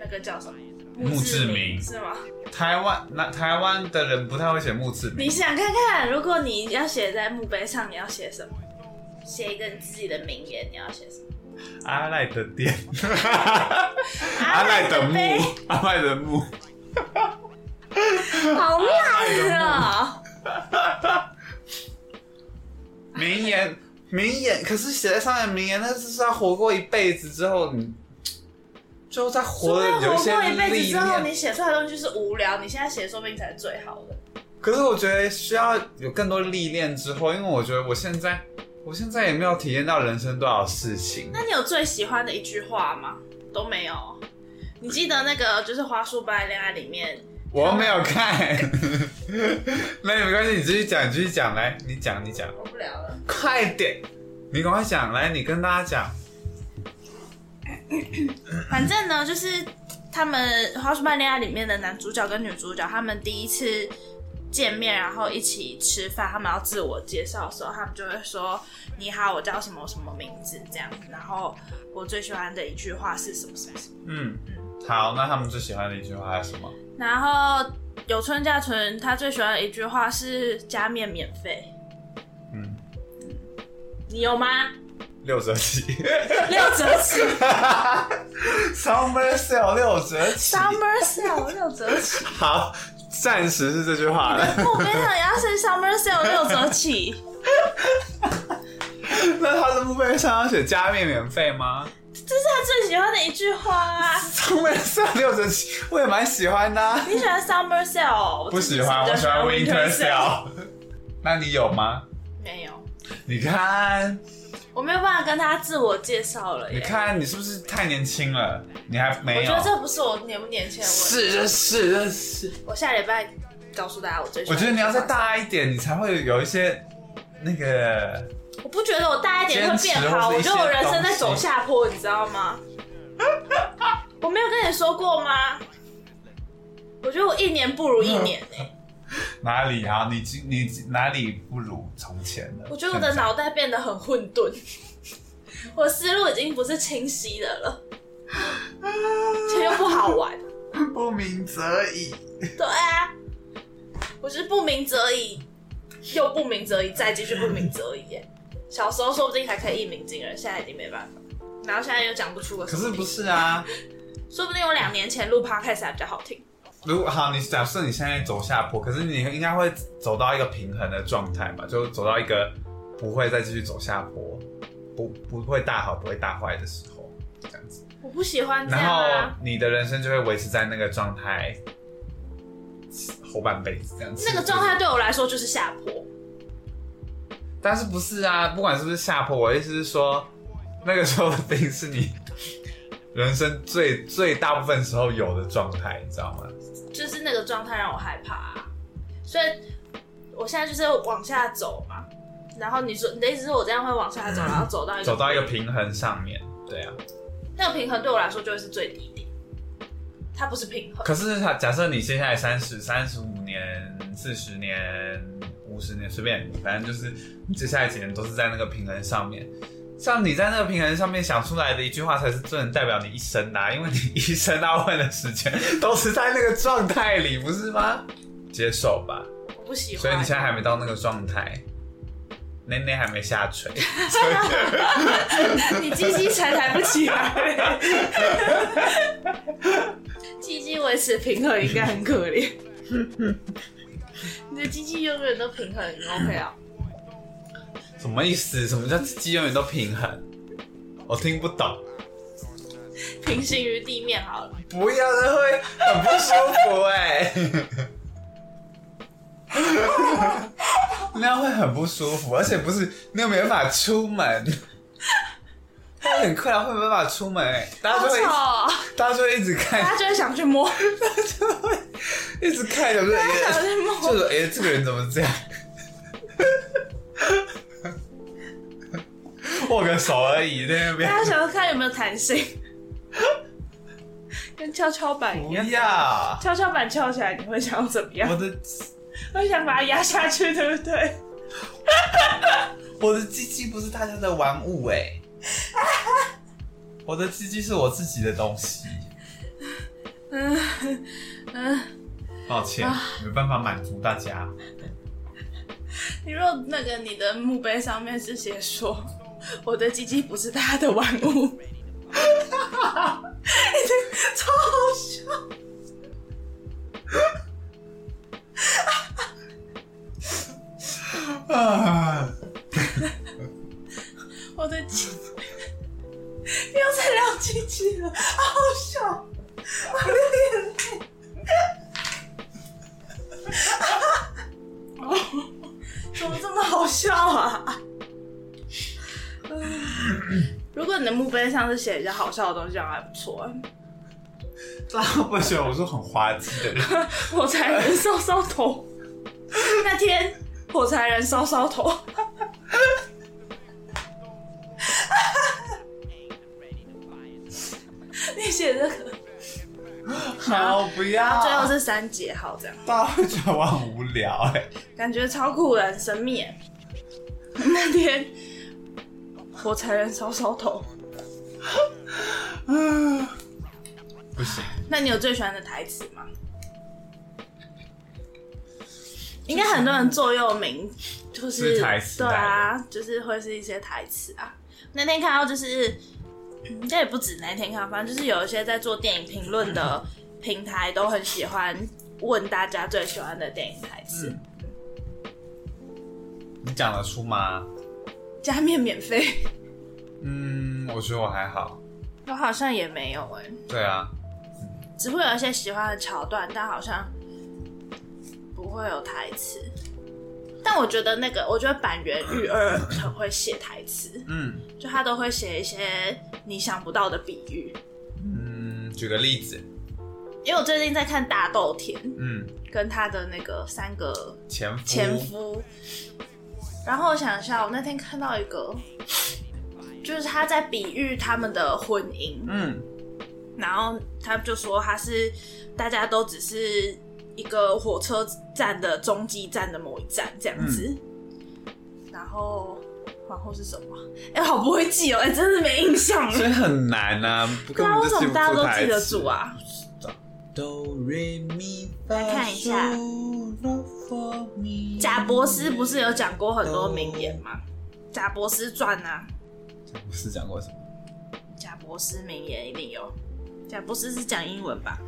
Speaker 2: 那个叫什么？
Speaker 3: 墓志铭
Speaker 2: 是吗？
Speaker 3: 台湾那台湾的人不太会写墓志铭
Speaker 2: 你，想看看，如果你要写在墓碑上，你要写什么？写一个你自己的名言，你要写什么？
Speaker 3: 阿赖的店， 阿赖的墓
Speaker 2: 碑，
Speaker 3: 阿赖的墓。
Speaker 2: 好烂啊！
Speaker 3: 名言，名言，可是写在上面的名言，那是要活过一辈子之后，你最后再活的
Speaker 2: 说不定
Speaker 3: 有
Speaker 2: 活
Speaker 3: 些
Speaker 2: 过一辈子
Speaker 3: 历
Speaker 2: 之后，你
Speaker 3: 练。
Speaker 2: 写出来的东西是无聊，你现在写说不定才是最好的。
Speaker 3: 可是我觉得需要有更多历练之后，因为我觉得我现在，我现在也没有体验到人生多少事情。
Speaker 2: 那你有最喜欢的一句话吗？都没有。你记得那个就是《花束般的恋爱》里面，
Speaker 3: 我又没有看， 那也没关系，你继续讲，你继续讲，来，你讲，你讲，
Speaker 2: 我不聊了。
Speaker 3: 快点，你赶快讲，来，你跟大家讲。
Speaker 2: 反正呢，就是他们《花束般的恋爱》里面的男主角跟女主角，他们第一次见面，然后一起吃饭，他们要自我介绍的时候，他们就会说：“你好，我叫什么什么名字。”这样，然后我最喜欢的一句话是什么什么什么。
Speaker 3: 嗯，好，那他们最喜欢的一句话是什么？
Speaker 2: 然后有村架纯他最喜欢的一句话是“加面免费
Speaker 3: 嗯，”，
Speaker 2: 你有吗？
Speaker 3: 六折起。
Speaker 2: 六折起。
Speaker 3: Summer Sale 六折起，
Speaker 2: Summer sale 六折起，
Speaker 3: 好，暂时是这句话了。
Speaker 2: 我跟你讲，要是 Summer sale 六折起，
Speaker 3: 那他的墓碑上要写加面免费吗
Speaker 2: 这是他最喜欢的一句话、啊。
Speaker 3: ？Summer Sale 六折起，我也蛮喜欢的啊、
Speaker 2: 你喜欢 Summer sale？
Speaker 3: 不喜欢，我喜欢 Winter Sale。那 你有吗？
Speaker 2: 没有，
Speaker 3: 你看，
Speaker 2: 我没有办法跟他自我介绍了耶。
Speaker 3: 你，看，你是不是太年轻了？你还
Speaker 2: 我
Speaker 3: 没
Speaker 2: 觉
Speaker 3: 有
Speaker 2: 得？这不是我年不年轻的问题。
Speaker 3: 是的，是的，是。
Speaker 2: 我下礼拜告诉大家我最喜
Speaker 3: 我
Speaker 2: 欢。
Speaker 3: 觉得你要再，大一点，你才会有一些那个。
Speaker 2: 我不觉得我大一点会变好，我
Speaker 3: 坚持或是一些
Speaker 2: 觉得我人生在走
Speaker 3: 东西
Speaker 2: 下坡，你知道吗？ 我没有跟你说过吗？我觉得我一年不如一年欸呢、
Speaker 3: 嗯哪里好？你你哪里不如从前了？
Speaker 2: 我觉得我的
Speaker 3: 现在
Speaker 2: 脑袋变得很混 沌，我思路已经不是清晰的 了，这又不好玩。
Speaker 3: 不鸣则已。
Speaker 2: 对啊，我是不鸣则已，又不鸣则已，再继续不鸣则已耶。小时候说不定还可以一鸣惊人，现在已经没办法。然后现在又讲不出个
Speaker 3: 可
Speaker 2: 什么
Speaker 3: 是不是啊？
Speaker 2: 说不定我两年前录 podcast 还比较好听。
Speaker 3: 如果好，你假设你现在走下坡，可是你应该会走到一个平衡的状态吧？就走到一个不会再继续走下坡，不不会大好不会大坏的时候，这样子。
Speaker 2: 我不喜欢这
Speaker 3: 然
Speaker 2: 样
Speaker 3: 后
Speaker 2: 啊。
Speaker 3: 你的人生就会维持在那个状态后半辈子这样子。
Speaker 2: 那个状态对我来说就是下坡，
Speaker 3: 但是不是啊？不管是不是下坡，我的意思是说，那个时候的病
Speaker 2: 嗯
Speaker 3: 是你人生最最大部分时候有的状态，你知道吗？
Speaker 2: 就是那个状态让我害怕、啊，所以我现在就是往下走嘛。然后你说你的意思是我这样会往 下走，然后走到一个
Speaker 3: 走到一个平衡上面，对啊。
Speaker 2: 那个平衡对我来说就会是最低点，它不是平衡。
Speaker 3: 可是他假设你接下来三十、三十五年、四十年、五十年，随便，反正就是你接下来几年都是在那个平衡上面。像你在那个平衡上面想出来的一句话，才是最能代表你一生的啊、因为你一生啊大部分的时间都是在那个状态里，不是吗？ 接受吧，
Speaker 2: 我不喜欢。
Speaker 3: 所以你现在还没到那个状态，内内还没下垂，所以
Speaker 2: 你鸡鸡才抬不起来，鸡鸡维持平衡应该很可怜。你的鸡鸡永远都平衡你，OK 啊？
Speaker 3: 什么意思？什么叫自己永远都平衡？我听不懂。
Speaker 2: 平行于地面好了，
Speaker 3: 不要，那会很不舒服哎、那样会很不舒服，而且不是你又没办法出门，会很困难，会没办法出门哎、大家
Speaker 2: 好
Speaker 3: 就会
Speaker 2: 丑、哦，
Speaker 3: 大家就会一直
Speaker 2: 大 家
Speaker 3: 看，
Speaker 2: 就会想去摸，
Speaker 3: 一直看，有没有？
Speaker 2: 想去摸。
Speaker 3: 就是哎、这个人怎么这样？ 握个手而已，在那边
Speaker 2: 大家想要看有没有弹性，跟跷跷板一
Speaker 3: 不
Speaker 2: 样。
Speaker 3: 要，
Speaker 2: 跷跷板翘起来，你会想要怎么样
Speaker 3: 我？的
Speaker 2: 会想把它压下去，对不 对？
Speaker 3: 我的鸡鸡不是大家的玩物哎、我的鸡鸡是我自己的东西。
Speaker 2: 嗯嗯，
Speaker 3: 抱歉，
Speaker 2: 啊
Speaker 3: 没办法满足大家。
Speaker 2: 你若那个你的墓碑上面是写说，我的鸡鸡不是他的玩物，你这超好笑。
Speaker 3: 啊，
Speaker 2: 我的鸡，不要再聊鸡鸡 了，好好笑，我的眼泪。 怎么这么好笑啊？如果你的墓碑上是写一些好笑的东西，好像还不错、
Speaker 3: 大家会不会觉得我是很滑稽的人？
Speaker 2: 火柴人烧烧头，那天火柴人烧烧头，你写这个，
Speaker 3: 好，不要。
Speaker 2: 啊最后是三节号这样，
Speaker 3: 大家会觉得我很无聊哎、
Speaker 2: 感觉超酷的，很神秘耶。那天火柴人烧烧头，
Speaker 3: 不行，
Speaker 2: 那你有最喜欢的台词吗？应该很多人座右铭就是
Speaker 3: 是台词
Speaker 2: 对啊，就是会是一些台词啊。那天看到就是，嗯应该也不止那天看到，反正就是有一些在做电影评论的平台都很喜欢问大家最喜欢的电影台词。
Speaker 3: 嗯你讲得出吗？
Speaker 2: 加面免费，
Speaker 3: 嗯，我觉得我还好。
Speaker 2: 我好像也没有哎、
Speaker 3: 对啊，
Speaker 2: 只会有一些喜欢的桥段，但好像不会有台词。但我觉得那个，我觉得板垣育二很会写台词，
Speaker 3: 嗯
Speaker 2: 就他都会写一些你想不到的比喻。
Speaker 3: 嗯，举个例子，
Speaker 2: 因为我最近在看大豆田
Speaker 3: 嗯，
Speaker 2: 跟他的那个三个
Speaker 3: 前夫，
Speaker 2: 前夫，然后我想一下，我那天看到一个，就是他在比喻他们的婚姻，
Speaker 3: 嗯，
Speaker 2: 然后他就说他是大家都只是一个火车站的中继站的某一站这样子。然后皇后是什么？哎、我好不会记哦，哎、真是没印 象
Speaker 3: 所
Speaker 2: 了。
Speaker 3: 以很难啊。不
Speaker 2: 对
Speaker 3: 根
Speaker 2: 啊，
Speaker 3: 本
Speaker 2: 为
Speaker 3: 就
Speaker 2: 什
Speaker 3: 记
Speaker 2: 么
Speaker 3: 不
Speaker 2: 大家
Speaker 3: 出
Speaker 2: 都
Speaker 3: 台
Speaker 2: 记得
Speaker 3: 词
Speaker 2: 住啊？
Speaker 3: 哆瑞咪发
Speaker 2: 看一下
Speaker 3: 嗦
Speaker 2: 贾博士不是有讲过很多名言吗？贾博士传啊，
Speaker 3: 贾博士讲过什么？
Speaker 2: 贾博士名言一定有。贾博士是讲英文吧？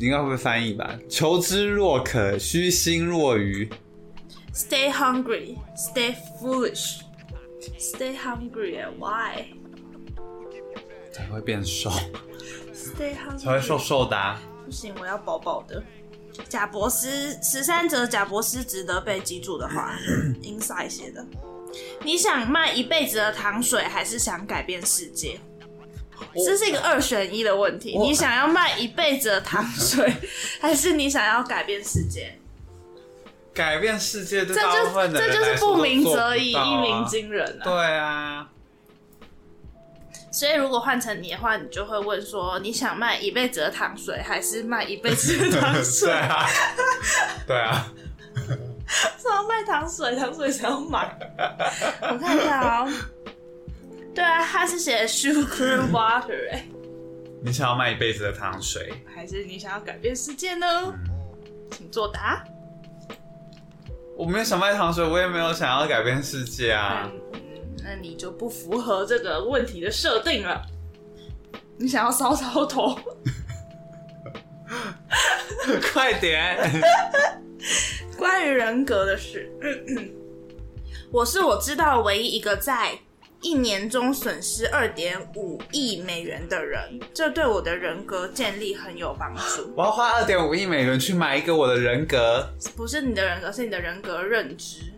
Speaker 3: 你应该会翻译吧？求知若渴，虚心若愚。
Speaker 2: Stay hungry, stay foolish, stay hungry. and Why?
Speaker 3: 才会变瘦，
Speaker 2: Stay hungry.
Speaker 3: 才会瘦瘦的、啊。
Speaker 2: 不行，我要饱饱的。贾博士十三则贾博士值得被记住 的话，Inside 写的。你想卖一辈子的糖水，还是想改变世界？这是一个二选一的问题。
Speaker 3: 我
Speaker 2: 你想要卖一辈子的糖水，还是你想要改变世 界？
Speaker 3: 改变世界对
Speaker 2: 这
Speaker 3: 大部
Speaker 2: 就
Speaker 3: 分的人
Speaker 2: 这就
Speaker 3: 来
Speaker 2: 是
Speaker 3: 说
Speaker 2: 不
Speaker 3: 都
Speaker 2: 鸣
Speaker 3: 做
Speaker 2: 则已，
Speaker 3: 到
Speaker 2: 一
Speaker 3: 啊
Speaker 2: 鸣。惊人啊！
Speaker 3: 对啊，
Speaker 2: 所以如果换成你的话，你就会问说：你想卖一辈子的糖水，还是卖一辈子的糖 水
Speaker 3: 对？啊，对啊，
Speaker 2: 什么卖糖水？糖水谁要买？ 我看一下啊、对啊，他是写 sugar water 哎、
Speaker 3: 你想要卖一辈子的糖水，
Speaker 2: 还是你想要改变世界呢？请作答。
Speaker 3: 我没有想卖糖水，我也没有想要改变世界啊。
Speaker 2: 嗯，那你就不符合这个问题的设定了。你想要搔搔头？
Speaker 3: 快点，
Speaker 2: 关于人格的 事，我是我知道唯一一个在一年中损失二点五亿美元的人，这对我的人格建立很有帮助。
Speaker 3: 我要花二点五亿美元去买一个我的人格，
Speaker 2: 不是你的人格，是你的人格认知，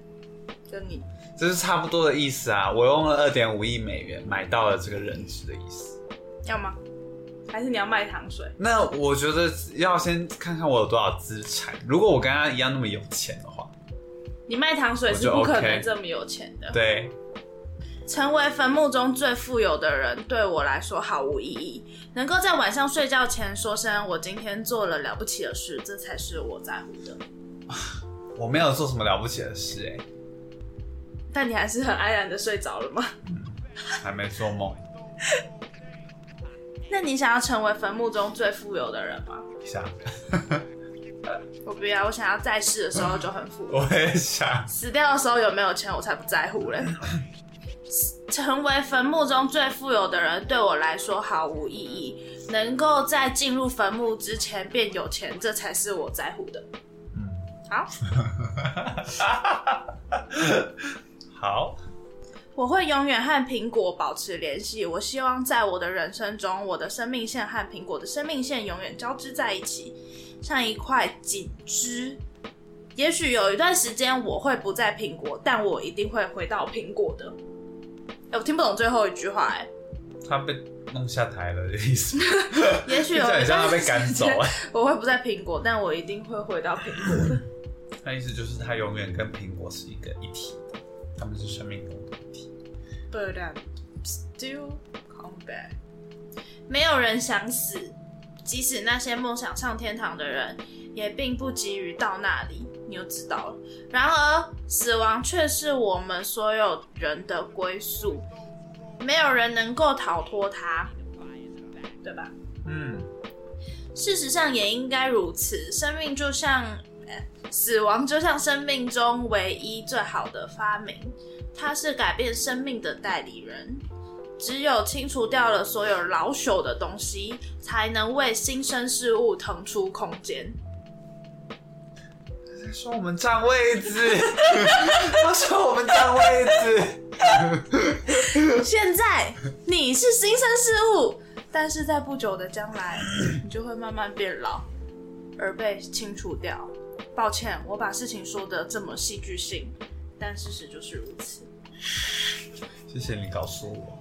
Speaker 2: 就你
Speaker 3: 这是差不多的意思啊。我用了二点五亿美元买到了这个人质的意思。
Speaker 2: 要吗？还是你要卖糖水？
Speaker 3: 那我觉得要先看看我有多少资产。如果我跟他一样那么有钱的话，
Speaker 2: 你卖糖水是
Speaker 3: 我就
Speaker 2: 不可
Speaker 3: OK
Speaker 2: 能这么有钱的。
Speaker 3: 对，
Speaker 2: 成为坟墓中最富有的人，对我来说毫无意义。能够在晚上睡觉前说声“我今天做了了不起的事”，这才是我在乎的。
Speaker 3: 我没有做什么了不起的事、欸，
Speaker 2: 但你还是很安然的睡 着了吗？
Speaker 3: 哎，还没做梦，
Speaker 2: 那你想要成为坟墓中最富有的人吗？
Speaker 3: 想，
Speaker 2: 我不要，我想要在世的时候就很富 有。
Speaker 3: 我也想，
Speaker 2: 死掉的时候有没有钱，我才不在乎嘞。成为坟墓中最富有的人，对我来说毫无意义。能够在进入坟墓之前变有钱，这才是我在乎的。好，
Speaker 3: 好，
Speaker 2: 我会永远和苹果保持联系。我希望在我的人生中，我的生命线和苹果的生命线永远交织在一起，像一块锦织。也许有一段时间我会不在苹果，但我一定会回到苹果的。哎、我听不懂最后一句话、哎，
Speaker 3: 他被弄下台了的意思，
Speaker 2: 也
Speaker 3: 听起
Speaker 2: 许有
Speaker 3: 来
Speaker 2: 一
Speaker 3: 很像他
Speaker 2: 段
Speaker 3: 被赶
Speaker 2: 时
Speaker 3: 走、
Speaker 2: 间
Speaker 3: 欸，
Speaker 2: 我会不在苹果，但我一定会回到苹果的。
Speaker 3: 那意思就是他永远跟苹果是一个一体的，他们是生命共同体。
Speaker 2: But I'm still come back。没有人想死，即使那些梦想上天堂的人，也并不急于到那里。你就知道了。然而，死亡却是我们所有人的归宿，没有人能够逃脱它，对吧？
Speaker 3: 嗯，
Speaker 2: 事实上也应该如此。生命就像、呃死亡，就像生命中唯一最好的发明，它是改变生命的代理人。只有清除掉了所有老朽的东西，才能为新生事物腾出空间。
Speaker 3: 他说我们占位 置，他说我们占位置，
Speaker 2: 现在你是新生事物，但是在不久的将来，你就会慢慢变老，而被清除掉。抱歉，我把事情说的这么戏剧性，但事实就是如此。
Speaker 3: 谢谢你告诉我。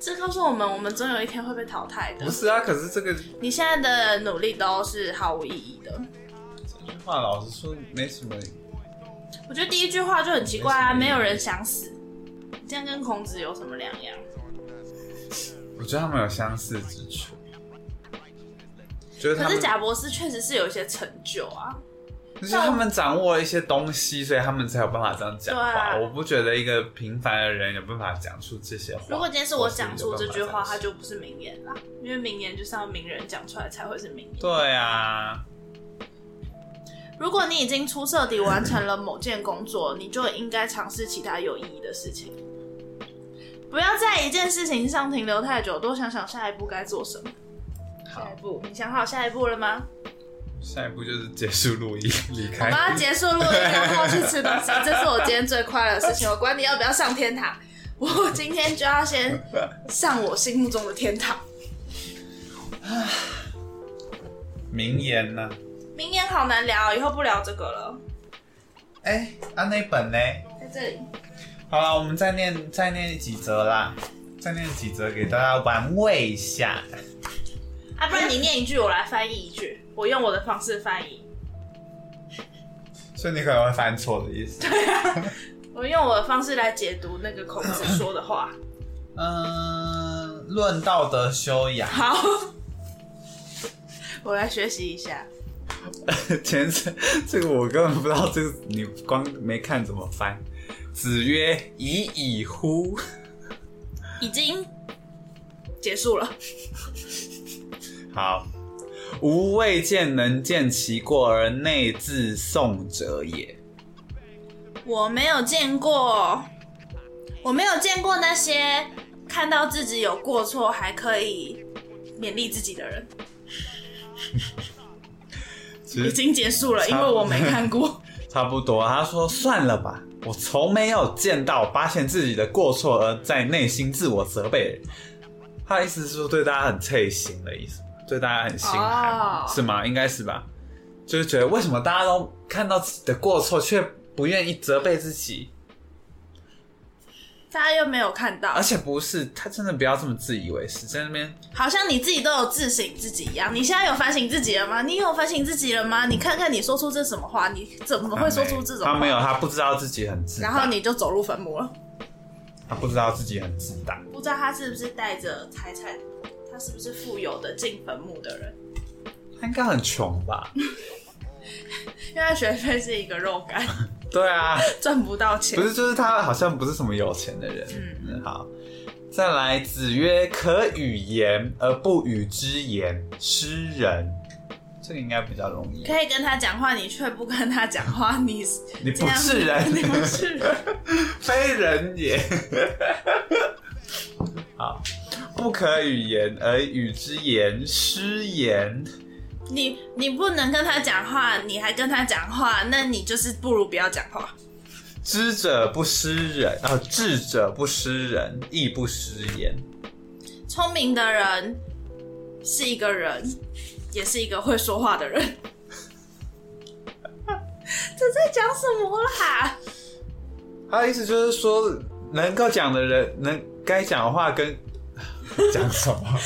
Speaker 2: 这告诉我们，我们总有一天会被淘汰的
Speaker 3: 不。是啊，可是这个
Speaker 2: 你现在的努力都是毫无意义的。
Speaker 3: 这句话老实说没什么，
Speaker 2: 我觉得第一句话就很奇怪啊，
Speaker 3: 没
Speaker 2: 没
Speaker 3: 什么意义
Speaker 2: 有人想死，这样跟孔子有什么两样？
Speaker 3: 我觉得他们有相似之处，就是他
Speaker 2: 可是
Speaker 3: 们，
Speaker 2: 贾博士确实是有一些成就啊。
Speaker 3: 就是他们掌握了一些东西，所以他们才有办法这样讲话。
Speaker 2: 对啊
Speaker 3: 我不觉得一个平凡的人有办法讲出这些话。
Speaker 2: 如果今天是我讲出这句话，
Speaker 3: 或是有办
Speaker 2: 它
Speaker 3: 法这样
Speaker 2: 就不是名言啦，因为名言就是要名人讲出来才会是名言。
Speaker 3: 对啊。
Speaker 2: 如果你已经出色地完成了某件工作，你就应该尝试其他有意义的事情。不要在一件事情上停留太久，多想想下一步该做什么。
Speaker 3: 好
Speaker 2: 下一步，你想好下一步了吗？
Speaker 3: 下一步就是结束录音，离
Speaker 2: 我
Speaker 3: 开
Speaker 2: 们。要结束录音，然后去吃东西，这是我今天最快乐的事情。我管你要不要上天堂，我今天就要先上我心目中的天堂。
Speaker 3: 名言呢？
Speaker 2: 明年好难聊，以后不聊这个了，
Speaker 3: 哎、啊那本呢？
Speaker 2: 在这里。
Speaker 3: 好了，我们再念再念几则啦。再念几则给大家玩味一下。
Speaker 2: 啊，不然你念一句，我来翻译一句，我用我的方式翻译，
Speaker 3: 所以你可能会犯错的意 思。
Speaker 2: 我用我的方式来解读那个孔子说的话。
Speaker 3: 嗯，论道德修养，
Speaker 2: 好， 我来学习一下。
Speaker 3: 前这这个我根本不知道，这个你光没看怎么翻。子曰：“已矣乎
Speaker 2: 已经结束了，！”
Speaker 3: 好，吾未见能见其过而内自宋者也。
Speaker 2: 我没有见过，我没有见过那些看到自己有过错还可以勉励自己的人。
Speaker 3: 其
Speaker 2: 已
Speaker 3: 实
Speaker 2: 经结束了，
Speaker 3: 差
Speaker 2: 因
Speaker 3: 不
Speaker 2: 为
Speaker 3: 多
Speaker 2: 我没 看过。
Speaker 3: 差不多，啊他说算了吧，我从没有见到发现自己的过错而在内心自我责备的人。他的意思是说对大家很脆心的意思，对大家很心寒
Speaker 2: 哦
Speaker 3: 是吗？应该是吧？就是觉得为什么大家都看到自己的过错，却不愿意责备自己，
Speaker 2: 大家又没有看到
Speaker 3: 而，且不是他真的不要这么自以为是，在那边
Speaker 2: 好像你自己都有自省自己一样。你现在有反省自己了吗？你有反省自己了吗？你看看你说出这什么话，你怎么会说出这种
Speaker 3: 他
Speaker 2: 话？
Speaker 3: 啊没有，他不知道自己很自大，
Speaker 2: 然后你就走入坟墓了。
Speaker 3: 他不知道自己很自大。
Speaker 2: 不知道他是不是带着财产，他是不是富有的进坟墓的人？
Speaker 3: 他应该很穷吧？
Speaker 2: 因为他学费是一个肉干，
Speaker 3: 对啊，
Speaker 2: 赚不到钱
Speaker 3: 不。是，就是他好像不是什么有钱的人。嗯，好，再来，子曰：“可与言而不与之言，诗人。”这个应该比较容易。
Speaker 2: 可以跟他讲话，你却不跟他讲话，你
Speaker 3: 你
Speaker 2: 这
Speaker 3: 不
Speaker 2: 样
Speaker 3: 是人，
Speaker 2: 你不是人。
Speaker 3: 非人也。好，不可与言而与之言，诗言。
Speaker 2: 你你不能跟他讲话，你还跟他讲话，那你就是不如不要讲话。
Speaker 3: 知者不诗人，啊，智者不诗人，亦不诗言。
Speaker 2: 聪明的人是一个人，也是一个会说话的人。 这在讲什么啦？
Speaker 3: 他的意思就是说，能够讲的人，能该讲的话跟 讲什么？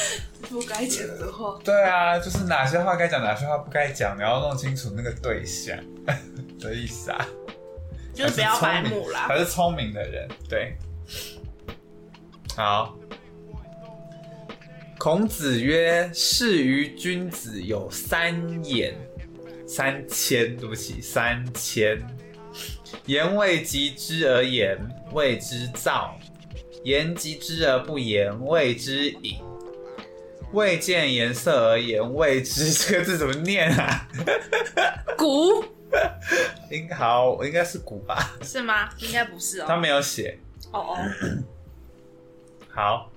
Speaker 2: 不该讲的话。
Speaker 3: 对啊，就是哪些话该讲，哪些话不该讲，你要弄清楚那个对象的意思啊。
Speaker 2: 就是不要白目啦
Speaker 3: 还是聪明的人，对。好，孔子曰：“是于君子有三言，三千，对不起，三千。言未及之而言，谓之躁；言及之而不言，谓之隐。”未见颜色而言，未知 这个字怎么念啊？
Speaker 2: 鼓
Speaker 3: 应好，应该是古吧？
Speaker 2: 是吗？应该不是
Speaker 3: 他
Speaker 2: 哦。
Speaker 3: 没有写。
Speaker 2: 哦哦，
Speaker 3: 好，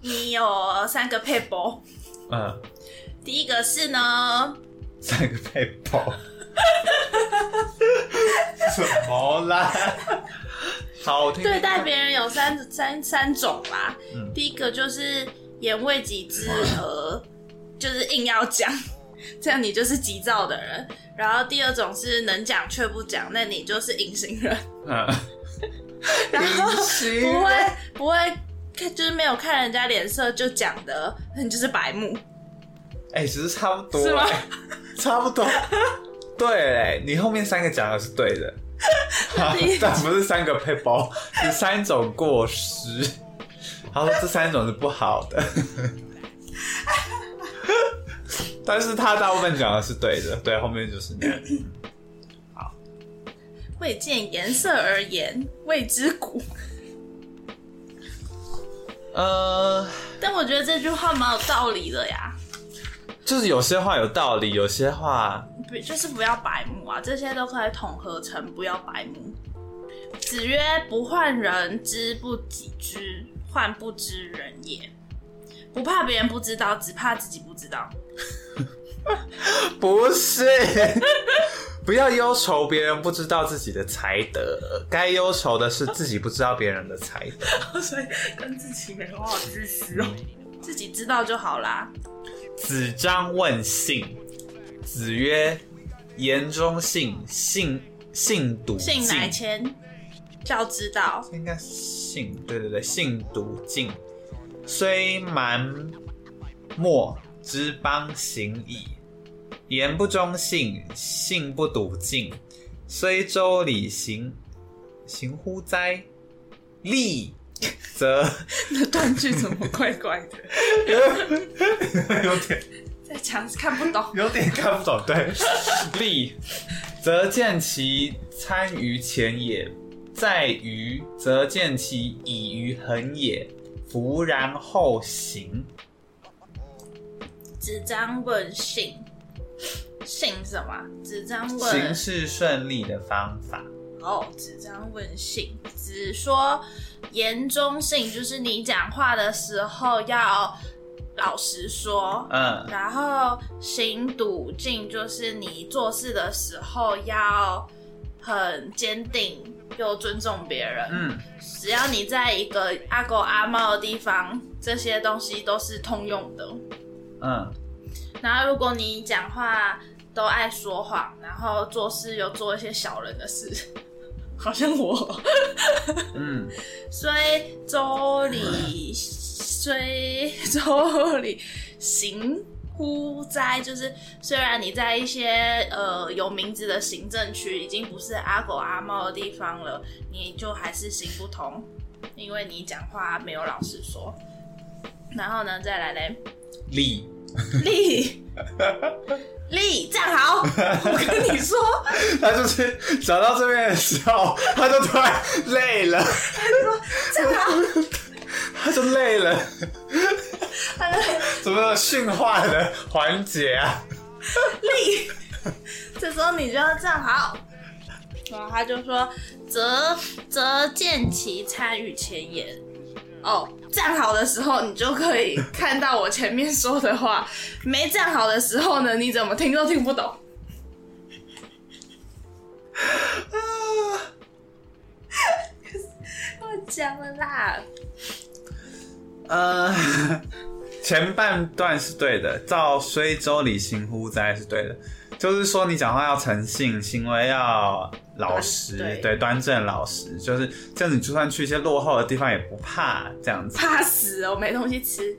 Speaker 2: 你有三个配博，
Speaker 3: 嗯，
Speaker 2: 第一个是呢，
Speaker 3: 三个背 包，什么啦？好听。
Speaker 2: 对待别人有三三三种啦。
Speaker 3: 嗯
Speaker 2: 第一个就是言未及之而，就是硬要讲， 这样你就是急躁的人。然后第二种是能讲却不讲，那你就是隐形人，
Speaker 3: 嗯，
Speaker 2: 然后不
Speaker 3: 不
Speaker 2: 会不会看，就是没有看人家脸色就讲的，那你就是白目，
Speaker 3: 哎、其实差不多、
Speaker 2: 是吗
Speaker 3: 哎差不多。对、哎你后面三个讲的是对的，
Speaker 2: 第 一
Speaker 3: 但不是三个配包，是三种过失。他说这三种是不好 的，但是他大部分讲的是对的，对，后面就是那样。
Speaker 2: 未见颜色而言谓之古。
Speaker 3: 呃，
Speaker 2: 但我觉得这句话蛮有道理的呀，
Speaker 3: 就是有些话有道理，有些话
Speaker 2: 不就是不要白目啊，这些都可以统合成不要白目。子曰：“不患人之不己知，患不知人也。不怕别人不知道，只怕自己不知道。
Speaker 3: 不是。 不要忧愁别人不知道自己的才德，该忧愁的是自己不知道别人的才德。
Speaker 2: 所以跟自己没话自私哦， 自己知道就好啦。
Speaker 3: 子张问信，子曰：“言中信，信信笃
Speaker 2: 信
Speaker 3: 敬
Speaker 2: 乃迁，叫知道，
Speaker 3: 应该是性，对对对，性毒禁，虽蛮末之邦行矣。言不忠信，信不笃敬，虽周礼行，行乎哉？利则
Speaker 2: 那 断句怎么怪怪的？
Speaker 3: 有点
Speaker 2: 在讲是看不懂。
Speaker 3: 有点看不懂，对， 利则见其参于前也，在于则见其已于恒也，夫然后行。
Speaker 2: 子张问信，信什么？子张
Speaker 3: 行
Speaker 2: 问
Speaker 3: 事顺利的方法，
Speaker 2: 哦，子张问信，子说言中信，就是你讲话的时候要老实说。
Speaker 3: 嗯，
Speaker 2: 然后行笃敬就是你做事的时候要很坚定又尊重别人。
Speaker 3: 嗯，
Speaker 2: 只要你在一个阿狗阿猫的地方，这些东西都是通用的。
Speaker 3: 嗯，
Speaker 2: 然后如果你讲话都爱说谎，然后做事又做一些小人的事， 好像我，
Speaker 3: 嗯，
Speaker 2: 所以周礼，虽周礼行乎哉，就是虽然你在一些呃有名字的行政区，已经不是阿狗阿猫的地方了，你就还是行不通，因为你讲话没有老实说。然后呢，再来嘞。
Speaker 3: 利
Speaker 2: 力力站好，我跟你说，
Speaker 3: 他就是走到这边的时候，他就突然累了，
Speaker 2: 站好，
Speaker 3: 他就累了，
Speaker 2: 他的
Speaker 3: 怎么有驯化的环节啊？
Speaker 2: 力，这时候你就要站好。然后他就说：“则则见其参与前言。”哦，站好的时候你就可以看到我前面说的话，没站好的时候呢，你怎么听都听不懂。
Speaker 3: 啊
Speaker 2: 乱讲了啦！
Speaker 3: 呃，前半段是对的，照虽周礼行乎哉是对的，就是说你讲话要诚信，行为要老实，
Speaker 2: 端对
Speaker 3: 对，端正老实，就是这样。你就算去一些落后的地方也不怕这样子。
Speaker 2: 怕死哦，没东西吃。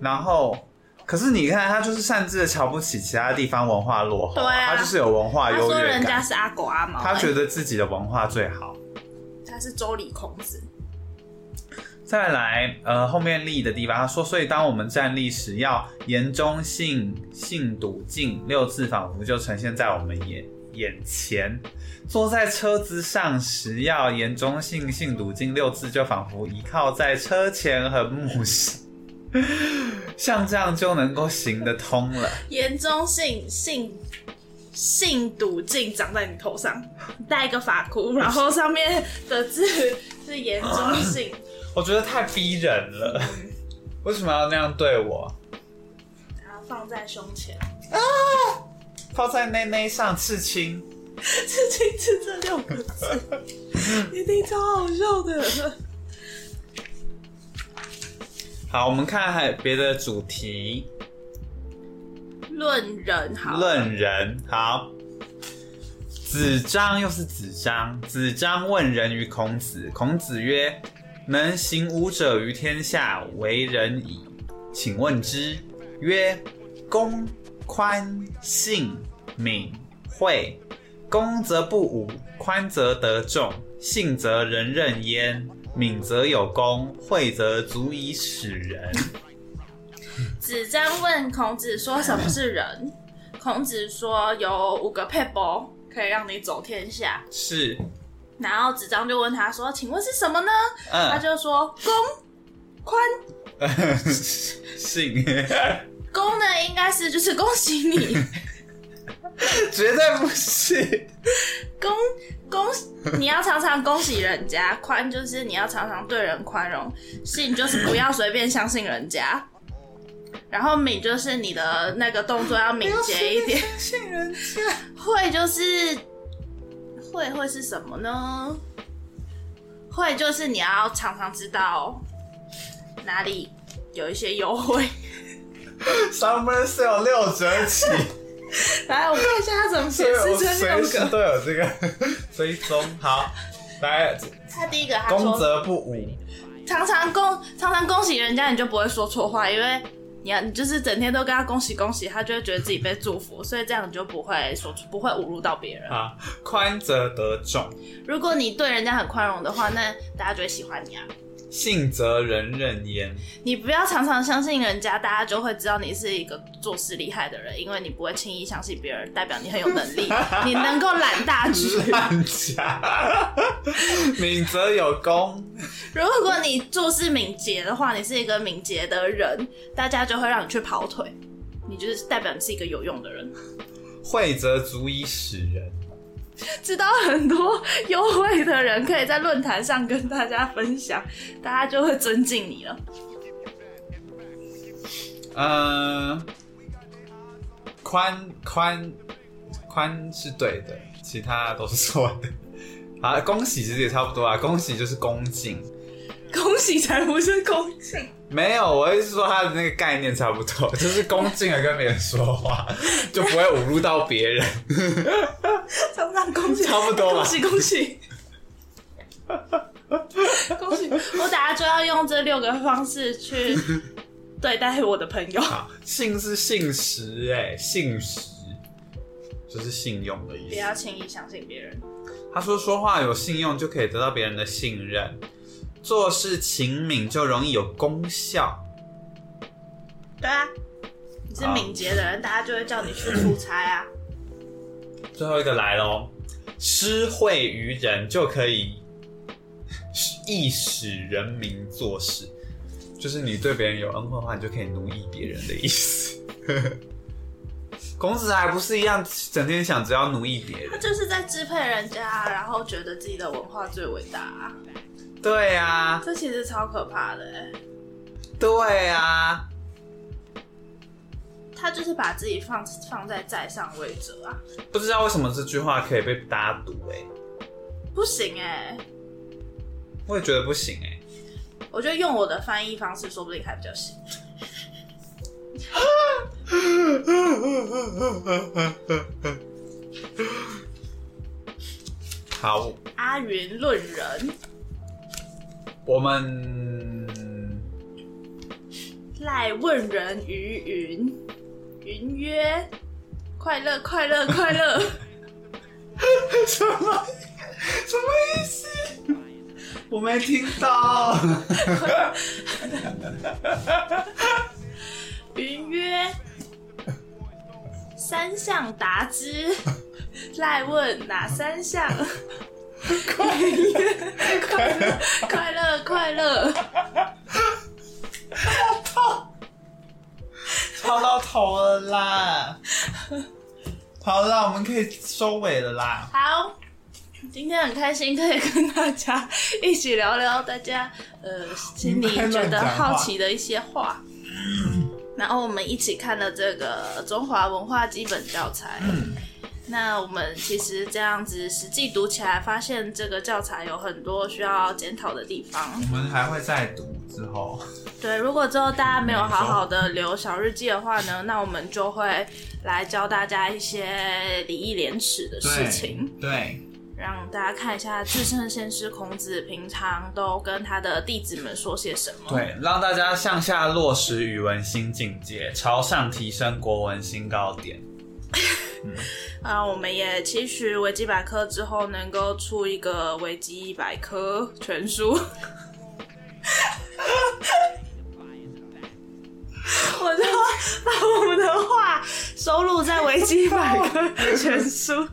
Speaker 3: 然后，可是你看他就是擅自的瞧不起其他地方文化落后，
Speaker 2: 对啊
Speaker 3: 他就是有文化
Speaker 2: 他
Speaker 3: 优
Speaker 2: 说
Speaker 3: 越
Speaker 2: 人家
Speaker 3: 感，
Speaker 2: 是阿狗阿毛、
Speaker 3: 他
Speaker 2: 欸
Speaker 3: 觉得自己的文化最好。
Speaker 2: 他是周礼孔子，
Speaker 3: 再来，呃，后面立的地方，他说，所以当我们站立时，要言中信、信笃敬六字，仿佛就呈现在我们眼眼前。坐在车子上时，要言中信、信笃敬六字，就仿佛依靠在车前和木上， 像这样就能够行得通了。
Speaker 2: 言中信信信赌镜长在你头上，戴一个发箍，然后上面的字是言中 信，
Speaker 3: 我觉得太逼人了， 为什么要那样对我？
Speaker 2: 然后放在胸前。
Speaker 3: 靠在内内上刺青，
Speaker 2: 这这这这六个字，一定超好笑的。
Speaker 3: 好，我们看还有别的主题。
Speaker 2: 论人好，
Speaker 3: 论人好。子张又是子张，子张问仁于孔子。孔子曰：“能行武者于天下，为人矣。请问之。”曰：“公、宽、信、敏、惠。公则不武，宽则得众，信则人任焉，敏则有功，惠则足以使人。
Speaker 2: 子张问孔子说什么是人，孔子说有五个配博可以让你走天下。
Speaker 3: 是，
Speaker 2: 然后子张就问他说：“请问是什么呢？”他
Speaker 3: 嗯，
Speaker 2: 就说：“公宽
Speaker 3: 信。”
Speaker 2: 公呢，应该是就是恭喜你，
Speaker 3: 绝对不是。
Speaker 2: 恭恭，你要常常恭喜人家；宽就是你要常常对人宽容；信就是不要随便相信人家。然后敏就是你的那个动作要敏捷 一点，
Speaker 3: 相信人家。
Speaker 2: 会就是会会是什么呢？会就是你要常常知道哪里有一些优 惠。
Speaker 3: Summer Sale 六折 起，
Speaker 2: 来，我看一下他怎么解
Speaker 3: 所以我
Speaker 2: 释这
Speaker 3: 随
Speaker 2: 六
Speaker 3: 时
Speaker 2: 个。
Speaker 3: 都有这个追踪。好，来，
Speaker 2: 他第一个他
Speaker 3: 公
Speaker 2: 说，
Speaker 3: 则不武，
Speaker 2: 常常恭常常恭喜人家，你就不会说错话，因为你要你就是整天都跟他恭喜恭喜，他就会觉得自己被祝福，所以这样你就不会说出不会侮辱到别人。
Speaker 3: 啊，宽则得众，
Speaker 2: 如果你对人家很宽容的话，那大家就会喜欢你啊。
Speaker 3: 信则人人焉。
Speaker 2: 你不要常常相信人家，大家就会知道你是一个做事厉害的人，因为你不会轻易相信别人，代表你很有能力，你能够揽大局。
Speaker 3: 乱讲， 敏则有功，
Speaker 2: 如果你做事敏捷的话，你是一个敏捷的人，大家就会让你去跑腿，你就是代表你是一个有用的人，
Speaker 3: 惠则足以使人。
Speaker 2: 知道很多优惠的人可以在论坛上跟大家分享，大家就会尊敬你了。
Speaker 3: 嗯，宽宽宽是对的，其他都是错的。 好，恭喜其实也差不多啊，恭喜就是恭敬。
Speaker 2: 恭喜才不是恭 敬，
Speaker 3: 没有，我是说他的那个概念差不多， 就是恭敬的跟别人说话， 就不会侮辱到别人，
Speaker 2: 常常恭喜
Speaker 3: 差不多吧
Speaker 2: 恭喜恭喜。恭喜！我等下就要用这六个方 式去对待我的朋友。
Speaker 3: 好，信是信实、哎，信实就是信用的意
Speaker 2: 不
Speaker 3: 思
Speaker 2: 要。轻易相信别人。
Speaker 3: 他说说话有信用就可以得到别人的信任，做事勤敏就容易有功效。
Speaker 2: 对啊，你是敏捷的人，大家就会叫你去出差啊。
Speaker 3: 最后一个来喽，施惠于人就可以亦使人民做事，就是你对别人有恩惠的话，你就可以奴役别人的意 思。孔子还不是一样，整天想着要奴役别人
Speaker 2: 他。就是在支配人家，然后觉得自己的文化最伟大、啊，
Speaker 3: 对啊，
Speaker 2: 这其实超可怕的、欸。
Speaker 3: 对啊，
Speaker 2: 他就是把自己放放在在上位者啊，
Speaker 3: 不知道为什么这句话可以被大家读哎、
Speaker 2: 不行哎、
Speaker 3: 我也觉得不行哎、
Speaker 2: 我觉得用我的翻译方式，说不定还比较行。
Speaker 3: 好，
Speaker 2: 阿云论人，
Speaker 3: 我们
Speaker 2: 赖问人于云，云曰：快乐，快乐，快乐。
Speaker 3: 什么什么意思？我没听到。
Speaker 2: 云曰：“三项答之。”赖问哪三项？ 快乐，快乐，快乐，快乐。
Speaker 3: 超到头了啦！好啦，我们可以收尾了啦。
Speaker 2: 好，今天很开心可以跟大家一起聊聊大家呃心里觉得好奇的一些话。然后我们一起看了这个《中华文化基本教材》那我们其实这样子实际读起来，发现这个教材有很多需要检讨的地方
Speaker 3: 我。们还会再读之后，
Speaker 2: 对，如果之后大家没有好好的留小日记的话呢，那我们就会来教大家一些礼义廉耻的事情。
Speaker 3: 对，
Speaker 2: 让大家看一下至圣先师孔子平常都跟他的弟子们说些什么。，
Speaker 3: 对，让大家向下落实语文新境界，朝上提升国文新高点。
Speaker 2: 啊、我们也期许维基百科之后能够出一个维基百科全书。我就把我们的话收录在维基百科全书。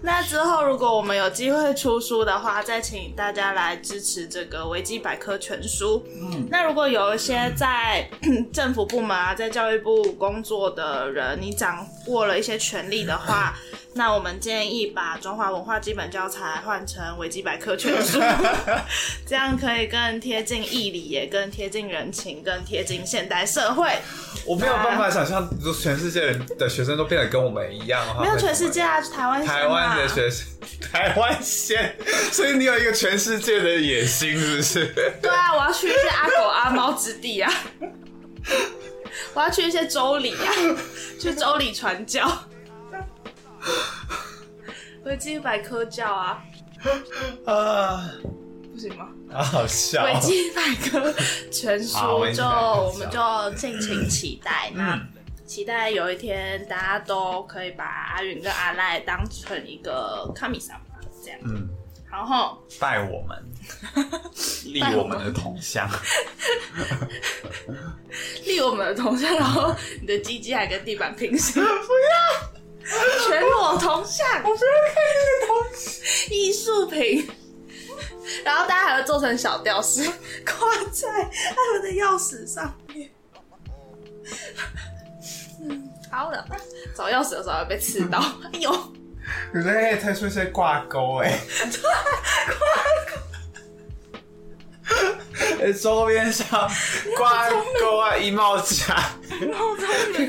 Speaker 2: 那之后，如果我们有机会出书的话，再请大家来支持这个维基百科全书。那如果有一些在政府部门啊，在教育部工作的人，你掌握了一些权利的话，那我们建议把《中华文化基本教材》换成维基百科全书，这样可以更贴近义理，也更贴近人情，更贴近现代社会。
Speaker 3: 我没有办法想象，如果全世界人的学生都变得跟我们一样的话，
Speaker 2: 没有
Speaker 3: 会怎么
Speaker 2: 全世界
Speaker 3: 样。
Speaker 2: 啊，台湾先啊
Speaker 3: 台湾的学生， 台湾先，所以你有一个全世界的野心，是不是？
Speaker 2: 对啊，我要去一些阿狗阿猫之地 啊，我要去一些州里啊，去州里传教，维基百科教啊。
Speaker 3: 啊，
Speaker 4: 不行吗？
Speaker 3: 好好笑。
Speaker 2: 维基百科全
Speaker 3: 好
Speaker 2: 书
Speaker 3: 维基
Speaker 2: 就
Speaker 3: 百科
Speaker 2: 我嗯们就敬请期待。那期待有一天大家都可以把阿云跟阿赖当成一个卡米桑吧，这样。
Speaker 3: 嗯，
Speaker 2: 然后
Speaker 3: 拜我 们，立
Speaker 2: 拜我
Speaker 3: 我
Speaker 2: 们
Speaker 3: 们的铜像。
Speaker 2: 立我们的铜像，然后你的鸡鸡还跟地板平行。不要，全裸铜像，我不要看那个铜艺术品。然后大家还会做成小吊饰，挂在他们的钥匙上面。嗯，好了，找钥匙的时候会被刺到。 哎呦，
Speaker 3: 可哎是可以推出一些挂钩哎， 挂钩，哎周边上挂钩啊，衣帽夹，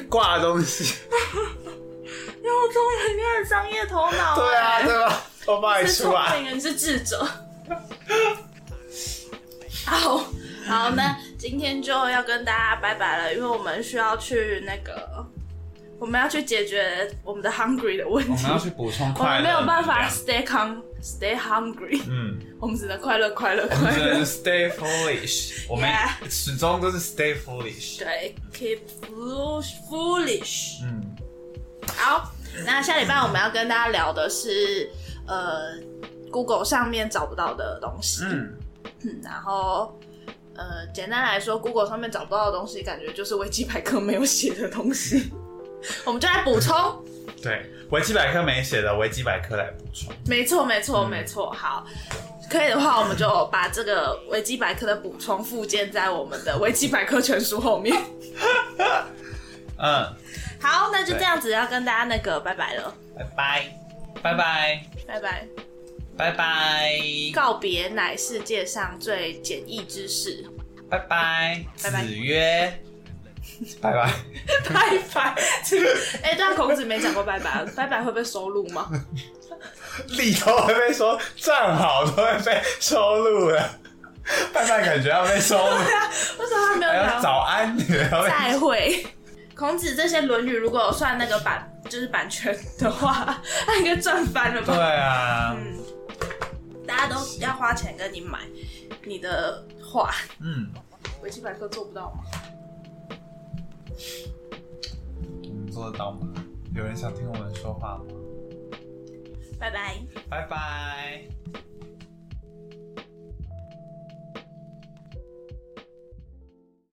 Speaker 3: 挂东西，
Speaker 4: 又中了，你很商业头脑、
Speaker 3: 对啊，对吧？都帮你
Speaker 2: 是
Speaker 3: 出
Speaker 2: 聪
Speaker 3: 来，
Speaker 2: 明人是智者。 好，好，那今天就要跟大家拜拜了，因为我们需要去那个，我们要去解决我们的 hungry 的问
Speaker 3: 我
Speaker 2: 题
Speaker 3: 们。要去补充
Speaker 2: 我
Speaker 3: 快乐，
Speaker 2: 们没有办法 stay hung stay hungry，
Speaker 3: 嗯，
Speaker 2: 我们只能快乐快乐
Speaker 3: 我们
Speaker 2: 快
Speaker 3: 只
Speaker 2: 乐
Speaker 3: 能。stay foolish，我们始终都是 stay foolish，
Speaker 2: 对，keep foolish foolish。
Speaker 3: 嗯，
Speaker 2: 好，那下礼拜我们要跟大家聊的是，呃，Google 上面找不到的东西。
Speaker 3: 嗯
Speaker 2: 嗯然后，呃，简单来说，Google 上面找不到的东西，感觉就是维基百科没有写的东西。 我们就来补充，
Speaker 3: 对，维基百科没写的，维基百科来补充，
Speaker 2: 没错，没错，没错。好，可以的话，我们就把这个维基百科的补充附件在我们的维基百科全书后面。
Speaker 3: 嗯，
Speaker 2: 好，那就这样子，要跟大家那个拜拜了，
Speaker 3: 拜拜，拜拜，
Speaker 2: 拜拜。
Speaker 3: 拜拜，
Speaker 2: 告别乃世界上最简易之事，
Speaker 3: 拜拜，
Speaker 2: 拜拜
Speaker 3: 子曰，拜拜，
Speaker 2: 拜拜。 哎、对啊，孔子没讲过拜拜，拜拜会被收录吗？
Speaker 3: 里头会被说站好都会被收录了， 拜拜感觉要被收录，
Speaker 2: 为什么他没有
Speaker 3: 还有
Speaker 2: 讲？
Speaker 3: 早安也要被，
Speaker 2: 再会。孔子这些《论语》如果有算那个版，就是版权的话，他应该赚翻了
Speaker 3: 对
Speaker 2: 吧？
Speaker 3: 啊，
Speaker 2: 嗯，大家都要花钱跟你买你的画，
Speaker 3: 嗯，
Speaker 2: 维基百科做不到吗？
Speaker 3: 我们做得到吗？有人想听我们说话吗？
Speaker 2: 拜拜。
Speaker 3: 拜拜。